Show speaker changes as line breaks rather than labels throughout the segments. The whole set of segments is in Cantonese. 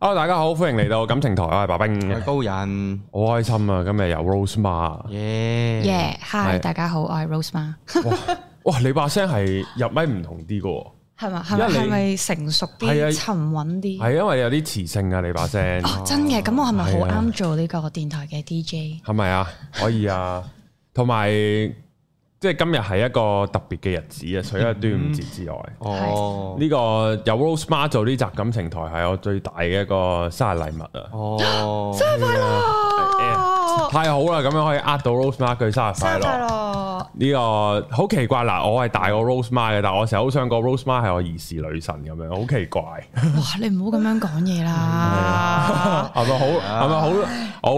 Hello，大家好，歡迎嚟到感情台，我係白
係
冰，
高人，
好開心啊！今日有 Rose Ma，
耶
耶
係
，hi，大家好，我係 Rose 嘛，
哇哇，你把聲係入咪唔同啲嘅
係咪？係
因
咪？
為你
係咪成熟
係啊
啲、沉穩
喎，
啲？
係因為有啲磁性啊，你把聲
哦，真嘅，咁我係咪好
係啊
啱做呢個電台嘅 DJ？
係咪啊？可以啊，同埋即係今日係一個特別嘅日子啊，除咗端午節之外，
嗯
哦，
呢個有 Rose Ma 做呢集感情台係我最大嘅一個生日禮物啊！
哦，
哦，
太好啦，咁樣可以呃到 Rose Ma 句生日
生
快
日快
樂。
樂！
呢個好奇怪嗱，我係大過 Rose Ma 嘅，但我成日好想講 Rose Ma 係我兒時女神咁樣，好奇怪，
哇，你唔好咁樣講嘢啦！
係啊咪好
啊
係咪好好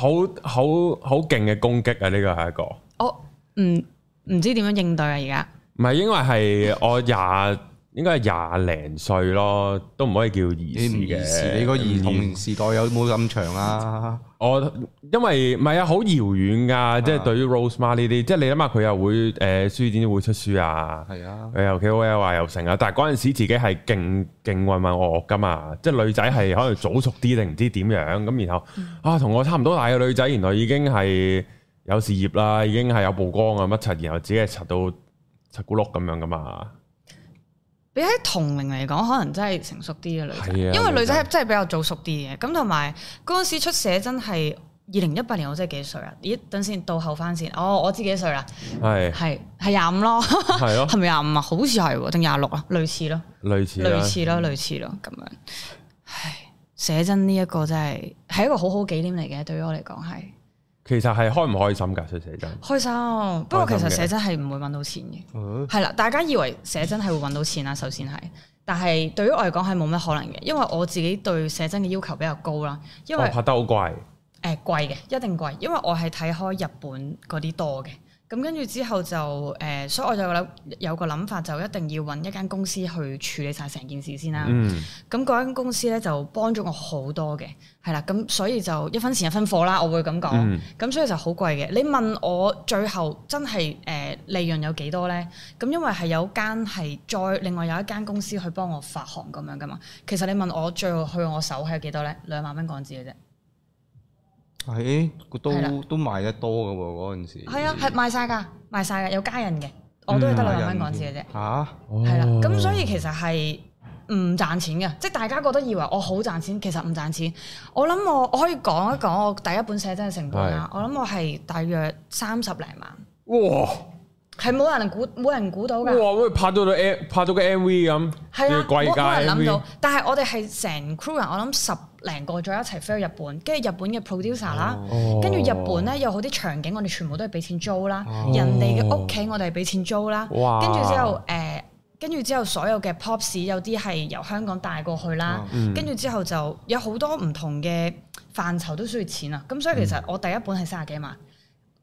好好好勁嘅攻擊啊？呢個係一個，
我唔唔知點樣應對啊，而家
唔係因為係我廿應該係廿零歲咯，都唔可以叫兒
你
時
唔兒時，
嘅。
你個兒
唔
童時代有冇咁長啊？
我因為唔係啊，好遙遠㗎，即係對於 Rose Ma 呢啲，即係你諗下佢又會誒書展會出書啊。
係啊，
佢又 KOL 啊，又成啊，但係嗰陣時自己係勁勁混混噩噩噶嘛，即係女仔係可能早熟啲定唔知點樣咁，然後
嗯
啊同我差唔多大嘅女仔，原來已經係有事業啦，已經係有曝光啊乜柒，然後自己係柒到柒咕碌咁樣噶嘛，
比起同齡嚟講，可能真係成熟啲嘅女仔，
係啊
因為女仔真係比較早熟啲嘅。咁同埋嗰陣時出社真係二零一八年，我真係幾歲啊？咦，等先倒後翻先。哦，我知幾歲啦，
係
係係廿五咯，
係咯，
係咪廿五啊？好似係喎，定廿六啊？類似咯，
類似啊嗯啦
類，似咯，類似咯，咁樣。唉，寫真呢一個真係係一個好好紀念嚟嘅，對於我嚟講係
其實係開唔開心㗎？出寫真
開心。不過其
開心
實
嘅
寫真係唔會揾到錢嘅。
嗯
係啦，大家以為寫真係會揾到錢啦，首先係，但係對於我嚟講係冇乜可能嘅，因為我自己對寫真嘅要求比較高啦，因為
我哦拍得好怪，
誒呃貴嘅，一定貴，因為我係睇開日本嗰啲多嘅。咁跟住之後就誒、呃所以我就有諗有個諗法，就一定要揾一間公司去處理晒成件事先啦。
嗯，
咁嗰間公司咧就幫咗我好多嘅，係啦，咁所以就一分錢一分貨啦，我會咁講。
嗯
咁、所以就好貴嘅。你問我最後真係誒、呃利潤有幾多咧？咁因為係有間係再另外有一間公司去幫我發行咁樣噶嘛。其實你問我最後去我手係有幾多咧？兩萬蚊港紙嘅啫。
係都
係啦
都賣得多嘅喎，嗰陣時
係啊，
嗯
係賣晒㗎，賣晒㗎，有家人嘅，我都係得兩萬蚊港紙嘅啫。
嗯嚇，
係啦，咁所
以
以其實係唔賺錢嘅，即係大家覺得以為我好賺錢，其實唔賺錢。我諗我我可以講一講我第一本寫真嘅成本啦。我諗我係大約三十零萬，
哇
係冇人估冇人估到㗎。
哇，喂拍到到 M 拍到個 MV 咁，
係啊，
要
冇
貴
冇人
價
諗
MV
到。。但係我哋係成 crew 人，我諗十零個左右一齊飛去日本，跟住日本嘅 producer 啦。
哦哦
跟住日本咧有好啲場景，我哋全部都係俾錢租啦。人哋嘅屋企我哋係俾錢租啦。
哇
跟住之後誒，呃跟住之後所有嘅 pops 有啲係由香港帶過去啦。
哦
哦
嗯
跟住之後就有好多唔同嘅範疇都需要錢啊。咁所以其
嗯
實我第一本係三十幾萬，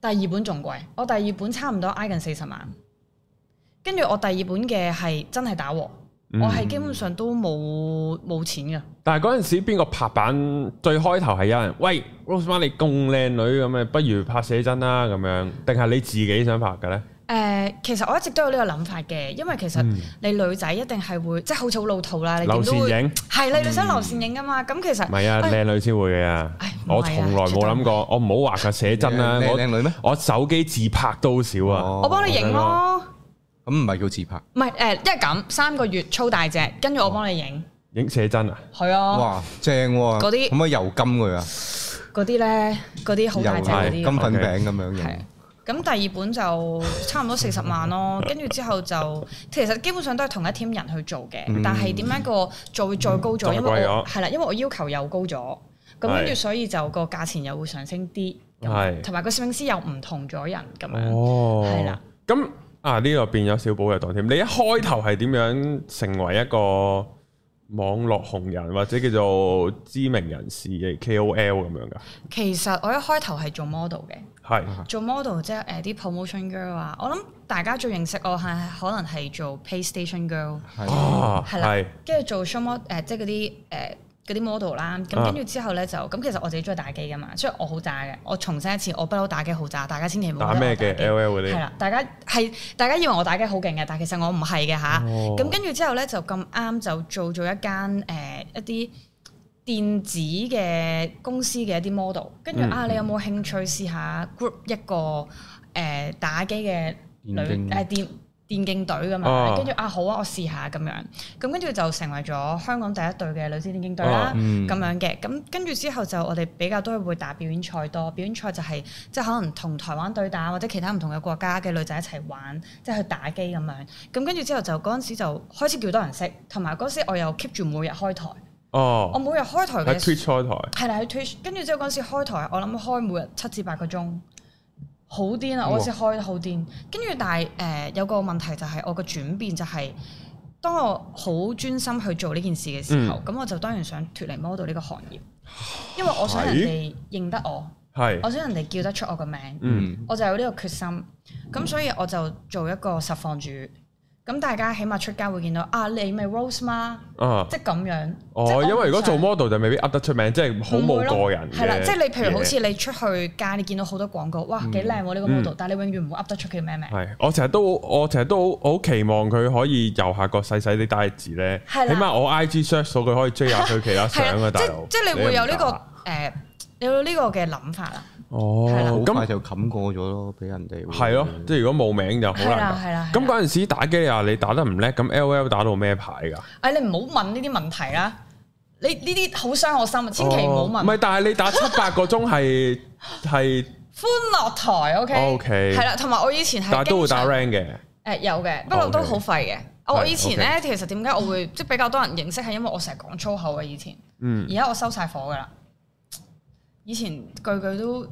第二本仲貴。我第二本差唔多挨近四十萬。跟住我第二本嘅係真係打和，
嗯
我係基本上都冇冇錢嘅。
但係嗰陣時邊個拍板最開頭係有人喂 Rose Ma 你咁靚女咁啊，不如拍寫真啦咁樣，定係你自己想拍嘅咧？
誒、呃其實我一直都有呢個諗法嘅，因為其實
嗯
你女仔一定係會，即係好似好老土啦，你
流
點都
線
會
影嗯
係啦，你想流線影噶嘛？咁其實
唔係啊，
哎
靚女先會嘅啊
唉！唔係啊
我從來冇諗過，我唔好話佢寫真啦，
靚靚
我
女咩？
我手機自拍都好少
哦
啊。
我幫你影咯，
咁唔係叫自拍，
唔係誒，因為咁三個月操大隻，跟住我幫你影，
影寫真啊，
係啊，
哇，正喎！
嗰啲
可唔可以油金佢啊？
嗰啲咧，嗰啲好大隻嗰
係
油金
啲，
粉餅咁樣
係
影，。
咁第二本就差唔多四十萬咯，跟住之後就其實基本上都係同一 team 人去做嘅，但係點解個做會再高
嗯
咗？
再
因
貴
為
咗
我係啦，因為我要求又高咗，咁跟
係
住所以就個價錢又會上升啲，咁
係
樣同埋個攝影師又唔同咗人咁樣。
哦
係啦。
咁啊，呢個變咗小寶嘅檔添。你一開頭係點樣成為一個網絡紅人或者叫做知名人士嘅 KOL 咁樣㗎？
其實我一開頭係做 model 嘅，
係
做 model 即係誒啲 promotion girl 啊，我諗大家最認識我係可能係做 PlayStation girl。
係
啊，
係啦
係。
跟住做 show mod 誒、即係嗰啲誒嗰啲 model 啦。咁
啊
跟住之後咧就咁，其實我自己中意打機噶嘛，所以我好渣嘅。我重申一次，我不嬲打機好渣，大家千祈唔好
打
覺得
咩
我
嘅
機
L L 嗰
係
啲？
啦，大家係大家以為我打機好勁嘅，但係其實我唔係嘅吓，
哦
呃咁跟住之後咧就咁啱就做咗一間誒、一啲電子嘅公司嘅一啲 model，跟住
嗯
啊，你有冇興趣試下 group 一個誒、呃打機嘅女
電競
誒、電電競隊咁
哦
樣？跟住啊好啊，我試下咁樣，咁跟住就成為咗香港第一隊嘅女子電競隊
哦
啦。
嗯
咁樣嘅，咁跟住之後就我哋比較都係會打表演賽多，表演賽就係、即係可能同台灣對打或者其他唔同嘅國家嘅女仔一齊玩，即係去打機咁樣。咁跟住之後就嗰陣時就開始叫多人識，同埋嗰時我又 keep 住每日開台，我
哦，
每日開台
喺
嘅
Twitch 開台，
係啦喺 Twitch，跟住之後嗰陣時開台，我諗開每日七至八個鐘，好癲啊！我嗰時開得好癲，跟住但係誒、呃有個問題就係我個轉變就係、當我好專心去做呢件事嘅時
嗯
候，咁、我就當然想脱離 model 呢個行業，因為我想人哋認得我，
係，
我想人哋叫得出我個名，
嗯，
我就有呢個決心。咁所以我就做一個實況主，咁大家起碼出街會見到啊，你咪 Rose 嘛，
啊，
即係咁樣。即
哦
係我，
因為如果
唔想
做 model 就未必噏得出名，即係好冇個人嘅
係啦，即係你譬如好
嘢嗯
似你出去街，你見到好多廣告，哇幾靚喎呢個 model，但係你永遠唔會噏得出佢咩名。
係，我成日都我成日都好好期望佢可以右下角細細啲打字咧，起
係啦
碼我 IG search 到佢可以追下佢其他相
係
啊，
啦，
大
即
佬，
即係你會有呢個
唔啊打
誒，你有呢個嘅諗法啦。係啦
哦，
好
咁
快就冚過咗咯，俾人哋
係咯，即係如果冇名就好
係
難
啦，
打。
係啦。
咁
係啦
嗰陣時打機啊，你打得唔叻，咁 L O L 打到咩牌㗎？
哎，你唔好問呢啲問題啦。你呢啲好傷我心啊！千祈唔好
哦唔
問。
係，但係你打七八個鐘係係，
歡樂台 OK。
OK
係啦，同埋我以前係
但係都會
經
打
常
rank 嘅。
誒有嘅，不過
OK
都好廢嘅。
係
我以前咧，其實點解我會即係比較多人認識係因為我成日講粗口嘅以前，
嗯
而家我收晒火噶啦。以前句句都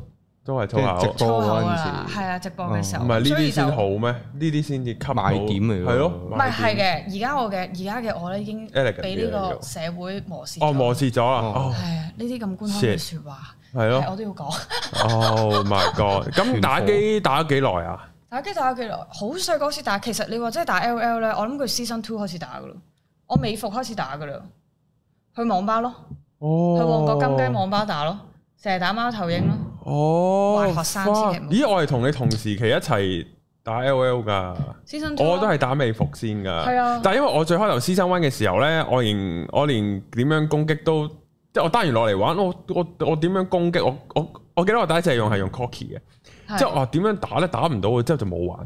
都係
即
粗
係直
口，
粗
播
口
嗰
噶
陣
啦，
時
係啊，直播嘅時
哦唔
候，
係呢
所以
啲
就
先好咩？呢啲先至吸到
賣點嚟㗎
係咯，
唔係
賣點
係嘅，而家我嘅而家嘅我咧已經
Elegant
俾呢
啲啊呢
個
個
社會磨蝕咗。
哦，磨蝕咗啦，
哦
哦，
係啊，呢啲咁官腔嘅
Shit
説話，
係
係啊
咯
我都要講。
，Oh my god！咁
全
打
火
機打咗幾耐啊？
打機打咗幾耐？好細個開始打，其實你話真係打 L L 咧，我諗佢 season two 開始打噶啦，我美服開始打噶啦，去網吧咯。
哦，
去旺角金雞網吧打咯，成日打貓頭鷹咯。
哦，
壞學生千祈唔
fuck
好
咦，我係同你同時期一齊打 L O L 噶。
先生，
我都係打美服先㗎，
啊係啊
但係因為我最開頭 C 三 o 嘅時候咧，我連我連點樣攻擊都，即係我單完落嚟玩，我我我點樣攻擊？我我我記得我第一隻用係用 Cocky 嘅，
係
之後我哦點樣打咧打唔到，之後就冇玩。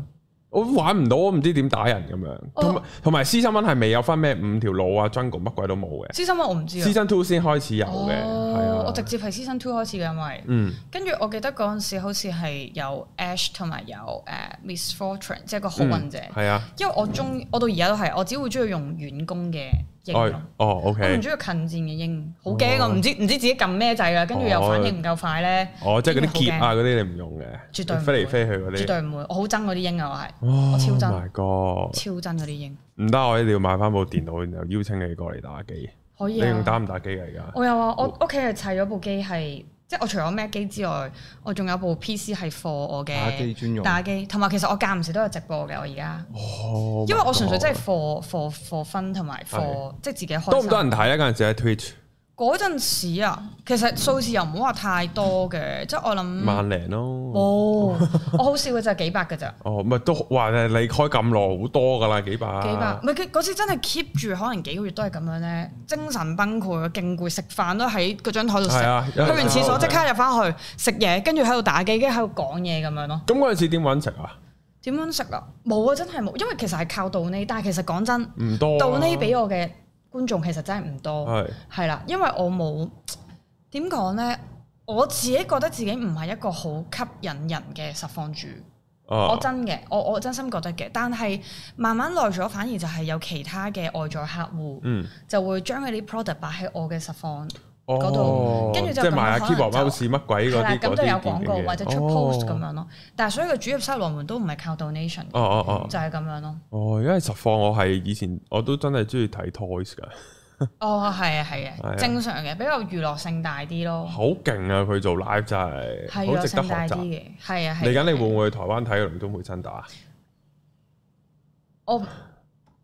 我玩唔到，我唔知點打人咁樣。
哦
同埋同埋 C 三 o 係未有分咩五條路啊、jungle 乜鬼都冇嘅
先生我唔知啊。
，C 三 two 先開始有嘅，係
哦
啊，
我直接係 season two 開始嘅，因為
嗯
跟住我記得嗰陣時好似係有 Ash 同埋有誒 Miss Fortune，即係個好運者。
係啊，
因為我中我到而家都係，我只會中意用遠攻嘅英
哦
咯，
哦
我唔
，OK，
中意近戰嘅英，好驚啊我唔知唔知自己撳咩掣啦，啊跟住又反應唔夠快咧，
哦，即係嗰啲
英好
劫
驚
啊嗰啲你唔用嘅，
絕對唔
飛嚟
會
飛去嗰啲，
絕對唔會，我好憎嗰啲英啊，
哦
我超憎
My God！
我係超憎嗰啲英，
唔得，我一定要買翻部電腦，然後邀請你過嚟打機。
可
你
以啊。
用打唔打機㗎而家？
我有啊，我屋企係砌咗部機係，即係我除咗 Mac 機之外，我仲有部 PC 係 for 我嘅
打機專用
打機，同埋其實我間唔時都有直播嘅，我而家，
哦
因為我純粹真係
係
for
啊
for for 分同埋 for 即係自己開心。
多唔多人睇啊咧？嗰陣時喺 Twitch
嗰陣時啊，其實數字又唔好話太多嘅，即係我諗，
萬零咯。
哦，我好少嘅就係幾百嘅咋。
哦，唔係都話你開咁耐好多㗎啦，幾百。
幾百，唔係佢嗰次真係 keep 住，可能幾個月都係咁樣咧，精神崩潰，勁攰，食飯都喺嗰張台度食，
係啊
去完廁所即
係
刻入翻去食嘢，跟住喺度打機，跟住喺度講嘢咁樣咯。
咁嗰陣時點揾食啊？
點樣食啊？冇啊，真係冇，因為其實係靠道呢，但係其實講真，
唔多啊。
道呢俾我嘅觀眾其實真係唔多，
係
係啦，因為我冇點講呢，我自己覺得自己唔係一個好吸引人嘅實況主，
啊
我真嘅，我我真心覺得嘅。但係慢慢耐咗，反而就係有其他嘅外在客戶
嗯
就會將佢啲 product 擺喺我嘅實況，嗰
哦
度跟住就
即係賣下
咁可能
keyboard
就
mouse 乜鬼
係
嗰
啦，
啲
咁
嗰
都有
啲
廣告
電競嘅哦
或者出 post 咁。樣咯。但係所以個主業收羅門都唔係靠 donation，
哦哦哦
就係咁樣咯。
哦，因為實況我係以前我都真係中意睇 Toys 㗎。
哦，係啊，係
係啊
啊，正常嘅，比較娛樂性大啲咯，
好勁啊！佢做 live 真係啊
係娛
好
樂
值得
性
學
大啲
習。
嘅，係啊，
嚟
係
緊
啊
你會唔會啊去台灣睇龍中梅親打？
我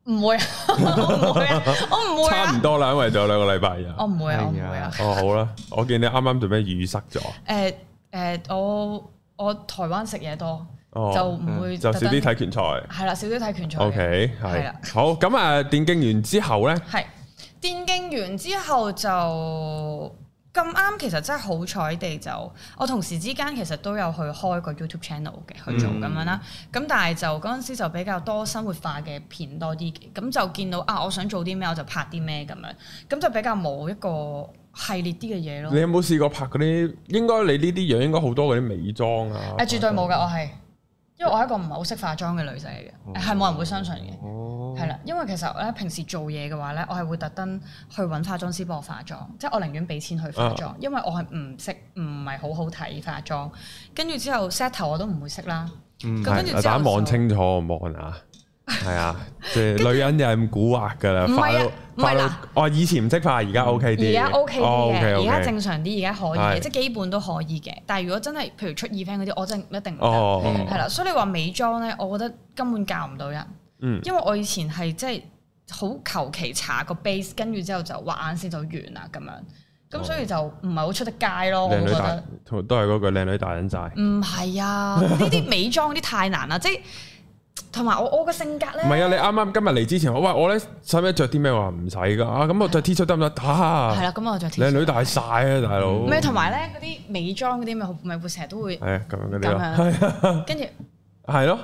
唔會啊， 我唔會 啊，我唔會
差唔
啊，
多啦，因為仲有兩個禮拜日。
我唔會啊，我唔
哎
會
呀
啊。
哦，好啦，我見你啱啱做咩語塞咗，
誒誒，我我台灣食嘢多，就
哦，
唔會
就少啲
特登
睇拳賽。
係啦，少啲睇拳賽嘅。
OK，
係
係
啦
好咁啊！電競完之後咧，
係電競完之後就咁啱其實真係好彩地就，我同時之間其實都有去開個 YouTube channel 嘅去做咁樣啦。
嗯
咁、但係就嗰陣時就比較多生活化嘅片多啲嘅，咁就見到啊，我想做啲咩我就拍啲咩咁樣，咁就比較冇一個系列啲嘅嘢咯
你。有冇試過拍嗰啲？應該你呢啲樣應該好多嗰啲美妝啊。
誒絕對冇㗎，我係，因為我係一個唔係好識化妝嘅女仔嚟嘅，係冇人會相信嘅。
哦，
係啦，因為其實咧平時做嘢嘅話咧，我係會特登去揾化妝師幫我化妝，即係我寧願俾錢去化妝，
啊
因為我係唔識，唔係好好睇化妝。跟住之後 set 頭我都唔會識啦。
嗯
咁跟住之後
係大家望
就
清楚望啊，係啊，即係女人就係咁蠱惑㗎啦，
唔係
化
啊
到
唔係
化到
嗱，
我以前唔識化，而家 OK 啲，哦
而家 OK 啲嘅，而
而
家正常啲，而家可以嘅，
係
即係基本都可以嘅。但係如果真係譬如出 event 嗰啲，我真係一定唔得。
哦，
係啦，所以你話美妝咧，我覺得根本教唔到人，
嗯
因為我以前係即係好求其搽個 base，跟住之後就畫眼線就完啦咁樣，咁所以就唔係好出得街咯，我
哦靚
會
女
覺
大
得。
都係嗰句靚女大人債。
唔係啊，呢啲美妝嗰啲太難啊啦，即係同埋我我個性格
唔
咧，
係啊！你啱啱今日嚟之前，我話喂我咧使唔使着啲咩？我話唔使㗎啊！咁我着 T 恤得唔得？
係
啊，
啦，咁我就
靚女大晒啊，大佬。
咩同埋咧嗰啲美妝嗰啲咪好咪會成日都會
係啊，咁樣嗰
咁
啲咯，啊
樣，跟住
係咯。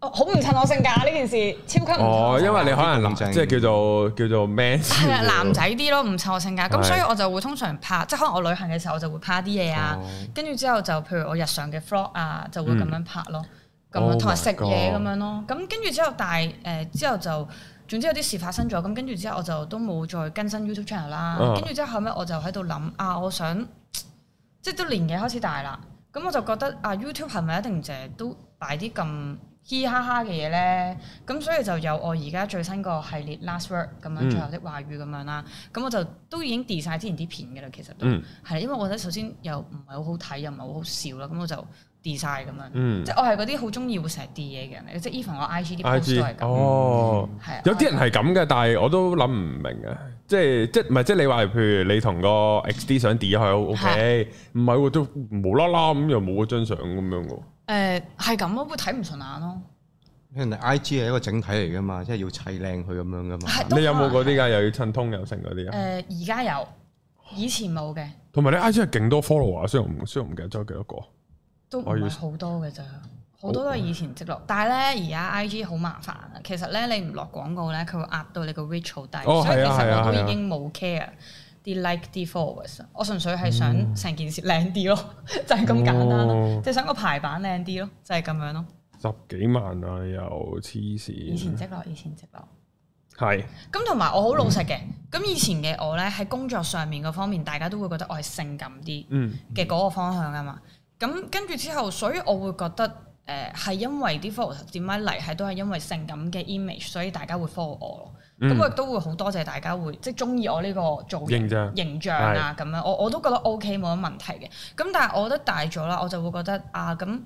哦好唔襯我性格啊呢件事，超級唔襯我
哦，
性
因
格。
為你可能男
啲公正
即係叫做叫做 man 少少。
係啦，啊男仔啲咯，唔襯我性格，咁
係
所以我就會通常拍，即係可能我旅行嘅時候我就會拍啲嘢啊，
哦
跟住之後就譬如我日常嘅 vlog 啊，就會咁樣拍咯，咁樣
嗯 Oh
同埋食
my God
嘢咁樣咯，咁跟住之後但係誒之後就總之有啲事發生咗，咁跟住之後我就都冇再更新 YouTube channel 啦
啊，
跟住之後後尾我就喺度諗啊，我想即係都年紀開始大啦，咁我就覺得啊 YouTube 係咪一定成日都擺啲咁嘻哈哈嘅嘢咧？咁所以就有我而家最新個系列 Last Word 咁樣
嗯
最後的話語咁樣啦。咁我就都已經 delete 晒之前啲片嘅啦，其實都係
嗯
啦因為我覺得首先又唔係好好睇，又唔係好好笑啦，咁我就 delete 晒咁樣。
嗯
即係我係嗰啲好中意會成日 delete 嘢嘅人嚟嘅，即係 even 我 IG 啲
I
post
G
都係咁，
哦。
係啊
有啲人係咁嘅，但係我都諗唔明啊！即係即係唔係即係你話，譬如你同個 XD 想 delete 佢
啊
OK，唔係喎都無啦啦咁又冇嗰張相咁樣嘅。
誒係咁咯，會睇唔順眼咯。
因為 I G 係一個整體嚟噶嘛，即係要砌靚佢咁樣噶嘛。
係都
你有冇嗰
可能
啲㗎？啊又要襯通又成嗰啲啊？
誒而家有，以前冇嘅，
同埋你 IG 係勁多 follow 啊，雖然我唔雖然我唔記得咗幾多個。
都唔
我要嗯
係好多嘅咋，好多都係以前積落。但係咧，而家 I G 好麻煩啊。其實咧，你唔落廣告咧，佢會壓到你個 reach 好低，
哦
所以
係
其
啊係
實
啊
我都
係啊
已經冇 care 啲 like 啲 followers 啊。我純粹係想成件事靚啲咯， 就係咁簡單
嗯哦
咯，就係想個排版靚啲咯，就係咁樣咯。
十幾萬啊，又黐
以前
線，
積落，以前積落。
係
咁同埋我好老實嘅，咁以前嘅我咧喺工作上面嗰方面，大家都會覺得我係性感啲。
嗯
嘅嗰個方向啊嘛。咁跟住之後，所以我會覺得誒係、因為啲 follow 點解嚟係都係因為性感嘅 image，所以大家會 follow 我咯。咁、
嗯
我亦都會好多謝大家會即係中意我呢個造
認
型
真
形象啊咁樣，我我都覺得 OK 冇乜問題嘅。咁但係我覺得大咗啦，我就會覺得啊咁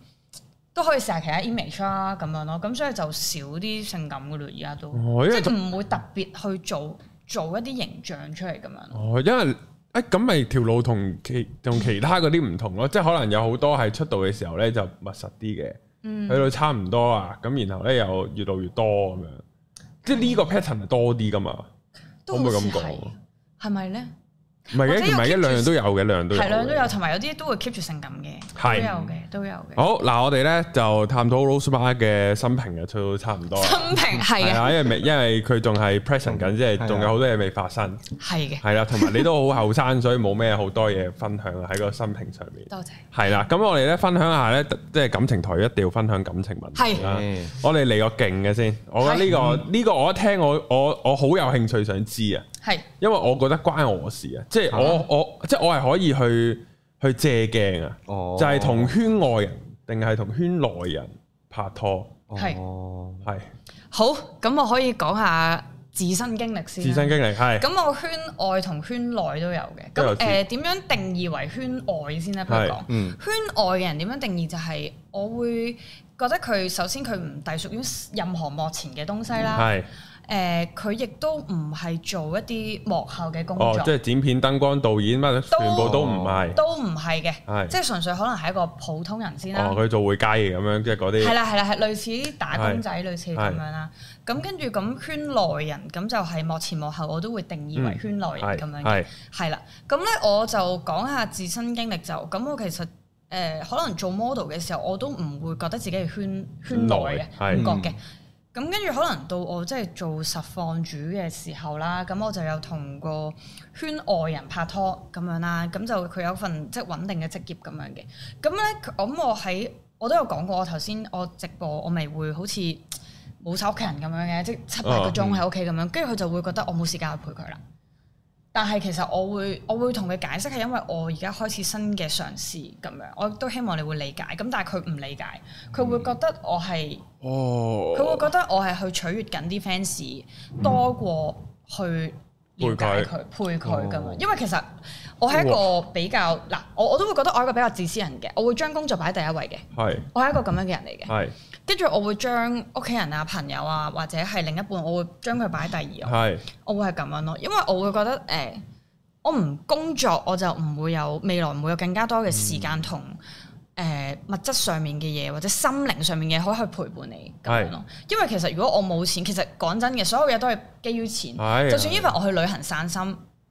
都可以成日其他 image 啦咁樣咯。咁所以就少啲性感嘅咯，而家都、
哦因為
即係唔會特別去做做一啲形象出嚟咁樣咯。
哦，因為誒咁咪條路同其同其他嗰啲唔同咯， 即係可能有好多係出道嘅時候咧就密實啲嘅，
嗯
去到差唔多啊，咁然後咧又越嚟越多咁樣，即係呢
嗯
個 pattern 係多啲噶嘛，
都
可唔可以
好似
咁講啊
係係咪咧？
唔係
或
嘅，
者
唔係一
有 keep 住
兩樣都有嘅，兩樣都有
係
嘅
兩樣都有，同埋有啲都會 keep 住性感嘅，都
係哦
有嘅，都有嘅。
好嗱，我哋咧就探討 Rosemar 嘅生平就出到差唔多啦，
心平嗯係
係
嘅，
啊，因為未因為佢仲係 present 緊，即
係
係
啊
仲有好多嘢未發生。
係嘅，
係啊啦，同埋你都好後生，所以冇咩好多嘢分享喺個心情上面。
多謝。
係啦，咁我哋咧分享下咧，即係感情台一定要分享感情問題啦
係。
我哋嚟個勁嘅先，我覺得呢、個呢個我一聽我我我好有興趣想知啊，
係
因為我覺得關我事啊，即係我我即係我係可以去去借鏡啊，
哦
就係同圈外人定係同圈內人拍拖，
係
哦，
係
好，咁我可以講下自身經歷先。
自身。經歷係
咁我圈外同圈內都有嘅。
都有
咁
知
誒點樣定義為圈外先咧？不如
係
講。
嗯，
圈外嘅人點樣定義就係、我會覺得佢首先佢唔隸屬於任何幕前嘅東西啦。
係
誒、誒佢亦都唔係做一啲幕後嘅工
哦
作，，
即係剪片、燈光、導演乜，
都
全部都唔係。
都唔係嘅，
係
即係純粹可能係一個普通人先啦
哦，。佢做會計咁樣，即係嗰
係
啲。
啦係啦，係類似啲打工仔類似咁樣啦。咁跟住咁圈內人，咁就係幕前幕後，我都會定義為
嗯
圈內人咁樣嘅。
係
係啦，咁咧我就講下自身經歷就，咁我其實誒、呃可能做 model 嘅時候，我都唔會覺得自己係圈圈內嘅，
係嗯
唔覺嘅。咁跟住可能到我即係做實況主嘅時候啦，咁我就有同個圈外人拍拖咁樣啦，咁就佢有份即係穩定嘅職業咁樣嘅。咁咧，佢咁我喺我都有講過，我頭先我直播我咪會好似冇晒屋企人咁樣嘅，即係七八個鐘哦嗯喺屋企咁樣，跟住佢就會覺得我冇時間去陪佢啦。但係其實我會我會同佢解釋係因為我而家開始新嘅嘗試咁樣，我都希望你會理解。咁但係佢唔理解，佢會覺得我係
哦
佢會覺得我係去取悦緊啲 fans 多過去了解嗯佢陪佢咁
哦
樣，因為其實我係一個比較嗱，我我都會覺得我係一個比較自私人嘅，我會將工作擺喺第一位嘅，
係
我係一個咁樣嘅人嚟嘅。
係
跟住我會將屋企人啊、朋友啊，或者係另一半，我會將佢擺喺第二咯。
係
我會係咁樣咯，因為我會覺得誒、呃我唔工作我就唔會有未來唔會有更加多嘅時間同誒、呃物質上面嘅嘢或者心靈上面嘅嘢可以去陪伴你咁樣咯。因為其實如果我冇錢，其實講真嘅，所有嘢都係基於錢。
係。
就算因為我去旅行散心，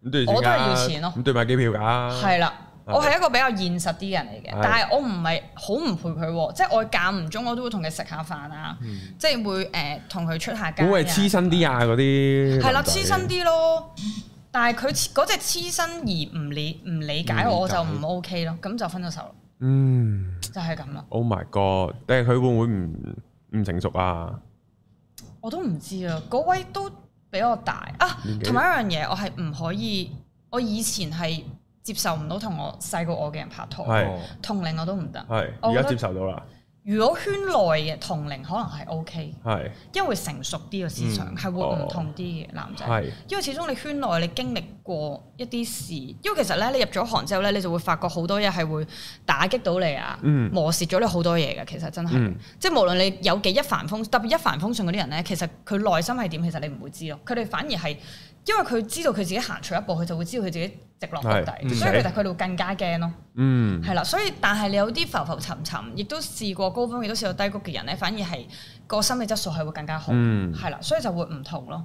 咁都要錢㗎
我都係要錢咯
咁都要買機票㗎。
係啦、
係
我係一個比較現實啲嘅人嚟
係
嘅，但係我唔係好唔陪佢喎，即係我間唔中我都會同佢食下飯啊，即係會誒同佢出下街
嗯會
啊。
唔會係黐身啲啊？嗰啲
係啦，
男仔
黐身啲咯。但係佢黐嗰只黐身而唔理唔理解我，
唔
我
理解
就唔 OK 咯。咁就分咗手咯，
嗯。
就係咁啦。
Oh my god！但係佢會唔會唔唔成熟啊？
我都唔知啊，嗰位都比我大啊
年紀。
同埋一樣嘢，我係唔可以，我以前係接受唔到同我細過我嘅人拍拖，
係
哦
同齡我都唔得。
係，
我
而
覺
家
得
接受到啦，
如果圈內嘅同齡可能係 OK，
係
因為成熟啲嘅思想
嗯
係會
哦
唔同啲嘅男仔。
係
因為始終你圈內你經歷過一啲事，因為其實咧你入咗行之後咧，你就會發覺好多嘢係會打擊到你啊，
嗯
磨蝕咗你好多嘢嘅。其實真係，
嗯
即係無論你有幾一帆風，特別一帆風順嗰啲人咧，其實佢內心係點，其實你唔會知咯。佢哋反而係因為佢知道佢自己行錯一步，佢就會知道佢自己直落谷
係
底，所以
嗯
其實佢哋會更加驚咯。
嗯
係啦，所以但係你有啲浮浮沉沉，亦都試過高峰，亦都試過低谷嘅人咧，反而係個心理質素係會更加好。
嗯
係啦，所以就會唔同咯。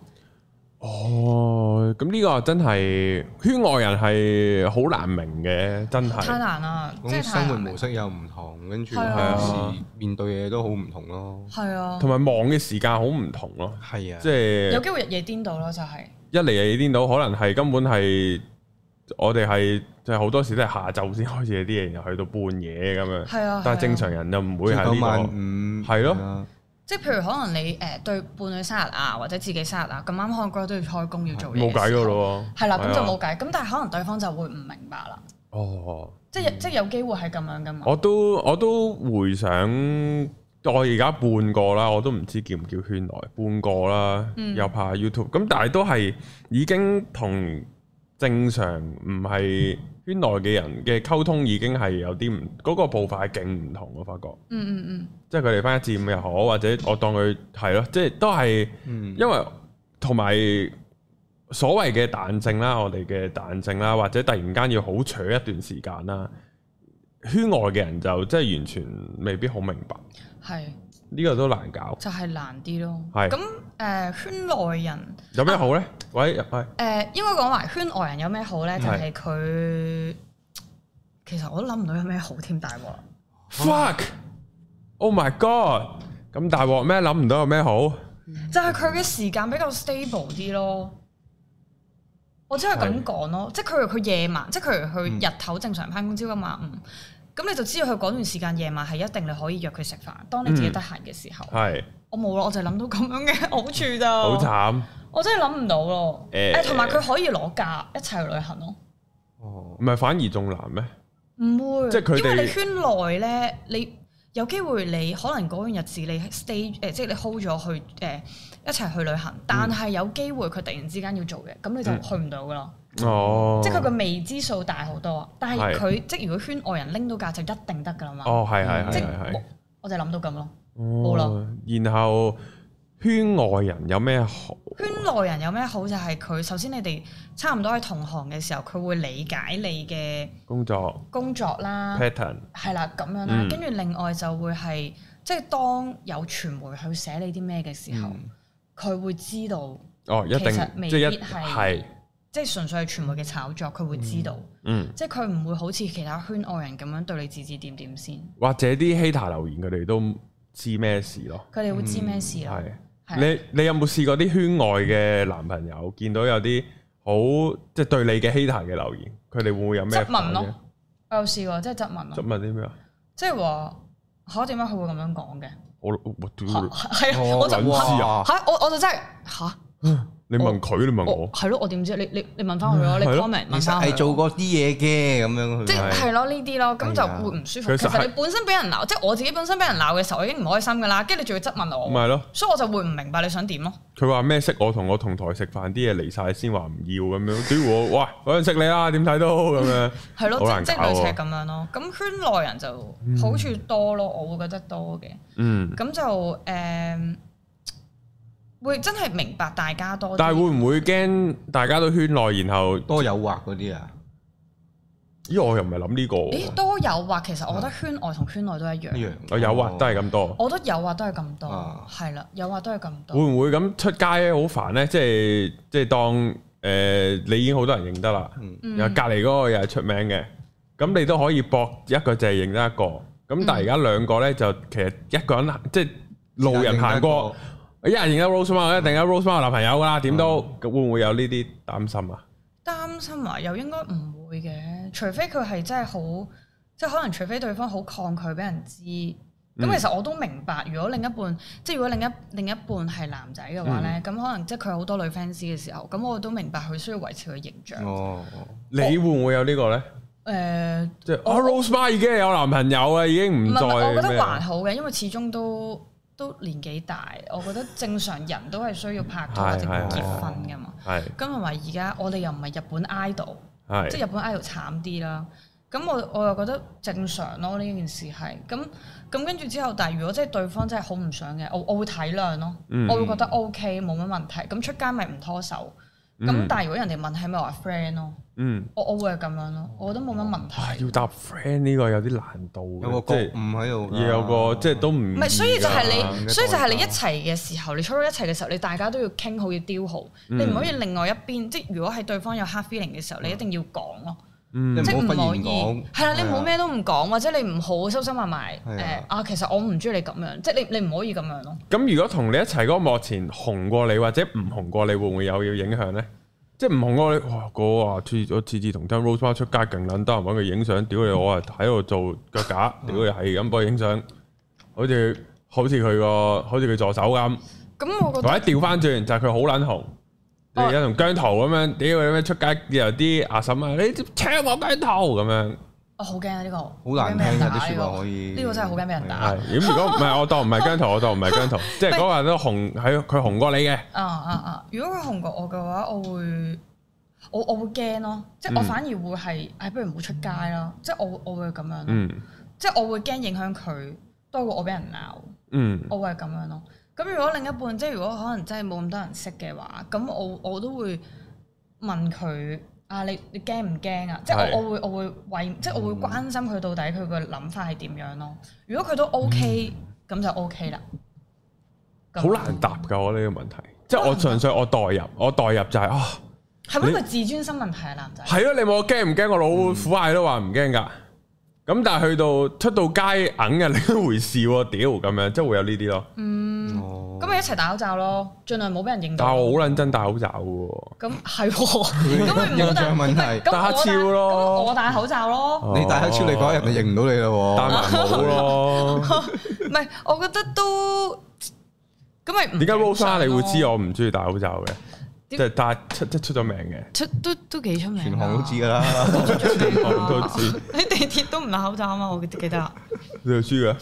哦，咁呢個真係圈外人係好難明嘅，真
太
係
難啦，啊即
咁
係太
生活
難啦
模。式又唔同，跟住
係啊
有時面對嘅嘢都好唔同咯。
係啊，
同埋望嘅時間好唔同咯，
係啊，
即
有
係
機會日夜顛倒咯，就係
一嚟你顛到可能係根本係我哋係就係好多時都係下晝先開始啲嘢，然後去到半夜咁樣，
係啊。
但係正
係
常
啊，
人就唔會
朝
係
九晚
呢個。
五
係咯
咯，
即係譬如可能你誒對伴侶生日啊，或者自己生日啊，咁啱可能嗰日都要開工要做嘢，
冇計噶。咯喎，
係啦，咁就
係啊
冇計。咁但係可能對方就會唔明白啦，
哦。
即係即係有機會係咁樣噶嘛。
我都我都回想，我而家半個啦，我都唔知叫唔叫圈內半個啦，
嗯
又拍 YouTube，咁但係都係已經同正常唔係圈內嘅人嘅溝通已經係有啲唔嗰個步伐係勁唔同，我發覺，
嗯嗯嗯，
即係佢哋翻一至五又好，或者我當佢係咯，即係都係。
嗯，
因為同埋所謂嘅彈性啦，我哋嘅彈性啦，或者突然間要好取一段時間啦，圈外嘅人就即係完全未必好明白，
係
呢、個都難搞。
就係難啲咯。
係
咁誒圈內人。
有咩
啊
好呢？喂，係
誒、應該講話圈外人有咩好咧？就係佢其實我都諗唔到有咩好添，大鑊啦
fuck，oh my god，咁大鑊咩？諗唔到有咩好？
就係佢嘅時間比較 stable 啲咯。我只係咁講咯，即係佢佢夜晚，即係佢
嗯
佢日頭正常翻工，朝九晚五，咁你就知道佢嗰段時間夜晚係一定你可以約佢食飯，當你自己
嗯
得閒嘅時候。
係
我冇啦，我就諗到咁樣嘅好處咋。
好慘，
我真係諗唔到咯。
誒
誒，同埋佢可以攞假一齊去旅行咯。
哦
唔係反而仲難咩？
唔會，
即係佢哋
因為你圈內咧，你有機會你可能嗰段日子你 stay 誒、即係你 hold 咗去誒、呃一齊去旅行，但
嗯
係有機會佢突然之間要做嘅，咁你就去唔到噶啦。
哦，
即係佢個未知數大好多啊！但係
係
佢即係如果圈外人拎到價就一定得噶啦嘛。
哦，係係係
即係
係係
我。我就諗到咁咯。
哦，然後圈外人有咩好
圈內人有咩好就係佢首先你哋差唔多喺同行嘅時候，佢會理解你嘅
工作
工作啦，
pattern
係啦咁樣啦
嗯，
跟住另外就會係即係當有傳媒去寫你啲咩嘅時候，
嗯
佢會知道
哦，一
其
定
實未
即係一
必係
係
即係純粹係傳媒嘅炒作，佢會知道，
嗯，
即係佢唔會好似其他圈外人咁樣對你指指點點先，
或者啲 hater 留言佢哋都知咩事咯，
佢哋會知咩事啦。
嗯係。
係啊
你你有冇試過啲圈外嘅男朋友見到有啲好即係對你嘅 hater 嘅留言，佢哋會唔會有咩
質問
反應
咯？，我有試過，即係質問
質
咯，
問啲咩啊？
即係話嚇點解佢會咁樣講嘅？
我我屌
嚇係
哦
啊，我就
我
哇
撚知
嚇嚇我我就真係嚇
你問佢，你問
我
我，
係咯，我點知？你你你問翻佢咯，
哦
你
嗯係咯
comment
其
問
實
翻
係
佢。
做過啲嘢嘅咁樣，
即
佢話
係啊
係咯呢啲咯，咁就
哎呀
會唔舒
其實
服。其
係
實你本身俾人鬧，即係我自己本身俾人鬧嘅時候，我已經唔開心噶啦，跟住你仲要質問
咪
我，
係咯？
所以我就會唔明白你想點咯。
佢話咩識我同我同台食飯啲嘢嚟晒先話唔要咁樣，屌我喂嗰陣識你啦，點睇都咁樣。
係咯，
好難
即即係類似係
搞啊
咁樣咯。咁圈內人就好處多咯，我會覺得多嘅。
嗯，
咁就誒會真係明白大家多啲。
但係會唔會驚大家都圈內，然後
多誘惑嗰啲啊，
咦我又唔係諗呢個喎，
咦多誘惑，其實我覺得圈外同圈內都一
一
樣。
樣哦
我有啊，都係咁多。
我覺得誘惑都係咁多
啊，
係啦，誘惑都係咁
會
多。
唔會咁出街咧好煩咧？即係即係當诶你已經好多人認得啦，
嗯
又隔離嗰個又係出名嘅，咁你都可以搏一個就係認得一個。咁但係而家兩個咧就其實一個人即係路人行過。一人認得 Rose 嘛，一定有 Rose 嘛男朋友噶啦，點都會唔會有呢啲擔心啊？
擔心啊，又應該唔會嘅，除非佢係真係好，即係可能除非對方好抗拒俾人知。咁、
嗯
其實我都明白，如果另一半即係如果另一另一半係男仔嘅話
嗯
咧，咁、可能即係佢好多女 fans 嘅時候，咁我都明白佢需要維持佢形象。誒、
哦，哦
你會唔會有呢個咧？即係啊，Rose 嘛已經有男朋友啊，已經
唔
唔
係
再
唔係，我覺
咩
得還
啊？
好嘅，因為始終都都年紀大，我覺得正常人都係需要拍拖或者
係係
結
係
婚噶嘛。
係
咁同埋而家我哋又唔係日本 idol。即
係
係日本 idol 慘啲啦。咁我我又覺得正常咯，呢件事係咁咁跟住之後，但係如果即係對方真係好唔想嘅，我我會體諒咯，
嗯
我會覺得 O K 冇乜問題。咁出街咪唔拖手。咁、
嗯
但係如果人哋問係咪話 friend 咯，
嗯，
我我會係咁樣咯，我覺得冇乜問
唉
題。
要搭 friend 呢個有啲難度嘅，
有個
即
覺
係
悟喺度㗎，啊
要有個即係都唔啊
唔係，所以就係
易㗎
你，
㗎
所以就係你一齊嘅時候，你初初一齊嘅時候，你大家都要傾好，要雕好，你唔可以另外一邊，即係如果係對方有 hard feeling 嘅時候，你一定要講咯。
嗯
即
即係
係
唔
唔好
可
忽然
以
講，啊
係啦，你冇咩都唔講，或者你唔好收收埋埋
係啊
誒啊，其實我唔中意你咁樣，即係你你唔可以咁樣咯。
咁如果同你一齊嗰個幕前紅過你或者唔紅過你，會唔會有要影響咧？即係唔紅過你，哇！嗰個啊，次我次次同 Tim Rose 出街勁撚多人揾佢影相，屌你！我係喺度做腳 架，屌你係咁幫佢影相，好似好似佢個好似佢助手咁，
咁我覺
或
哦得
者調翻轉就係佢好撚紅。你而家同姜濤咁樣，屌你咩出街又有啲阿嬸啊，你搶我姜濤咁樣，
我好驚啊呢個，好
好難聽㗎啲説話可以，
呢個真係好驚俾人 打
係咁如果唔係我當唔係姜濤，我當唔係姜濤， 即係嗰個人都紅喺佢紅過你嘅，
啊啊啊！如果佢紅過我嘅話，我會我我會驚咯，即係我
嗯
反而會係唉，不如唔好出街啦。即係我我會咁樣咯，
嗯
即係我會驚影響佢多過我俾人鬧，
嗯。
我會係咁樣咯。咁如果另一半即係如果可能真係冇咁多人識嘅話，咁我我都會問佢啊，你你驚唔驚啊？即係
係嗯
我我會我會為即係我會關心佢到底佢個諗法係點樣咯。如果佢都 OK，咁就 OK 啦。咁
嗯好難答㗎，我呢個問題，即係我純粹我代入，我代入就係、啊，
係咪因為自尊心問題啊？男仔
係咯，你問我驚唔驚？我老虎蟹都話唔驚㗎，咁但係去到出到街硬嘅另一回事喎，屌咁樣，即係會有呢啲
嗯
咯。
哦
咁咪一齊戴口罩咯，盡量冇俾人認
但係
到。
我好撚真戴口罩喎，
咁係喎，咁咪唔好
形
戴
象問題
咁我
戴黑超咯
咁我戴口罩咯。
哦你戴黑超你嗰日咪
日
認唔到你咯
哦戴
喎，
埋帽 咯。
唔係，我覺得都咁咪唔
點解 Rosa
正常
你
咯
會知啊我唔中意戴口罩嘅？即
點
係戴出即係出咗名嘅，
出都都幾出名
全
㗎，啊
行 都知㗎啦，
我都知。
喺地鐵都唔戴口罩啊嘛，我記得啊，
你又知嘅？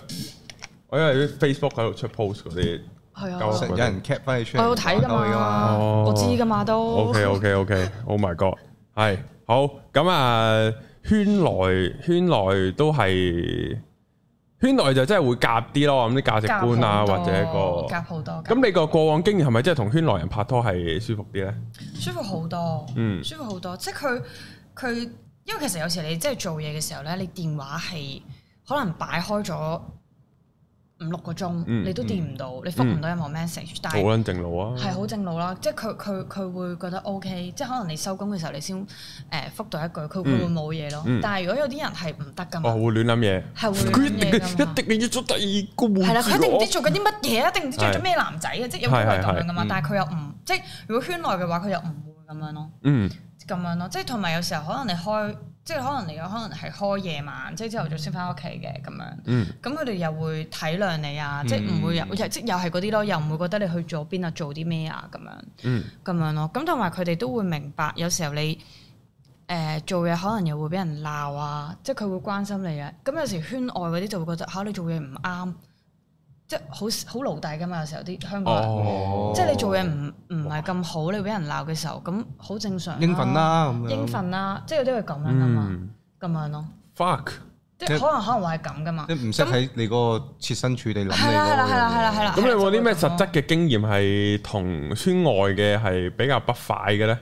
我因為啲 Facebook 喺度出 post 嗰啲。
係
夠
啊
啦，
成有人 cap 翻你出
我
嚟，
有睇㗎
玩鳩你㗎
嘛，
哦
我知㗎嘛都。
O K O K O K，Oh Oh my God，係好咁啊！圈內圈內都係圈內就真係會夾啲咯，咁啲價值
夾好
觀啊，
多
或者個
夾好多，
咁你個過往經驗係咪真係同圈內人拍拖係舒服啲咧？
舒服好多，
嗯
舒服好多。即係佢佢，因為其實有時你即係做嘢嘅時候咧，你電話係可能擺開咗五六個鐘，
嗯
你都掂唔到，你覆唔到任何 message，、但
好
係
撚正路啊！
係好正路啦。即係佢佢佢會覺得 OK，即係可能你收工嘅時候你先誒覆到一句，佢佢
嗯
會冇嘢咯。
嗯
但係如果有啲人係唔得噶
哦，
嘛
會，亂諗嘢，
係、會
佢
會
一
諗
定
嘢㗎嘛。
一定要做第二個
係啦，
換
佢一定唔知
住
做緊啲乜嘢，一定唔知做咗咩男仔嘅，即係有機會係咁樣噶嘛
係係係。嗯
但係佢又唔即係如果圈內嘅話，佢又唔會咁樣咯。
嗯
咁樣咯，即係同埋有時候可能你開，即係可能你有可能係開夜晚，即係朝頭早先翻屋企嘅咁樣。
嗯，
咁佢哋又會體諒你啊，
嗯
即係唔會有，即係又係嗰啲咯，又唔會覺得你去咗邊啊，做啲咩啊咁樣，
嗯
咁樣咯。咁同埋佢哋都會明白，有時候你誒、呃做嘢可能又會俾人鬧啊，即係佢會關心你啊。咁有時圈外嗰啲就會覺得嚇、你做嘢唔啱，即係好好奴隸噶嘛。有時候啲香港人，
哦，
即係你做嘢唔唔係咁好，你俾人鬧嘅時候，咁好正常啊
應份啦咁樣。
應份啦，即係有啲會咁樣噶嘛，
嗯
咁樣咯，
，fuck，
即
即
係
係
可能可能話係咁噶嘛。
你唔識喺你嗰個切身處地諗你嗰個嘢。
係啦係啦係啦係啦啊係啦。
咁你有冇啲咩
就會
實
咁咯
質？嘅經驗係同圈外嘅係比較不快嘅咧？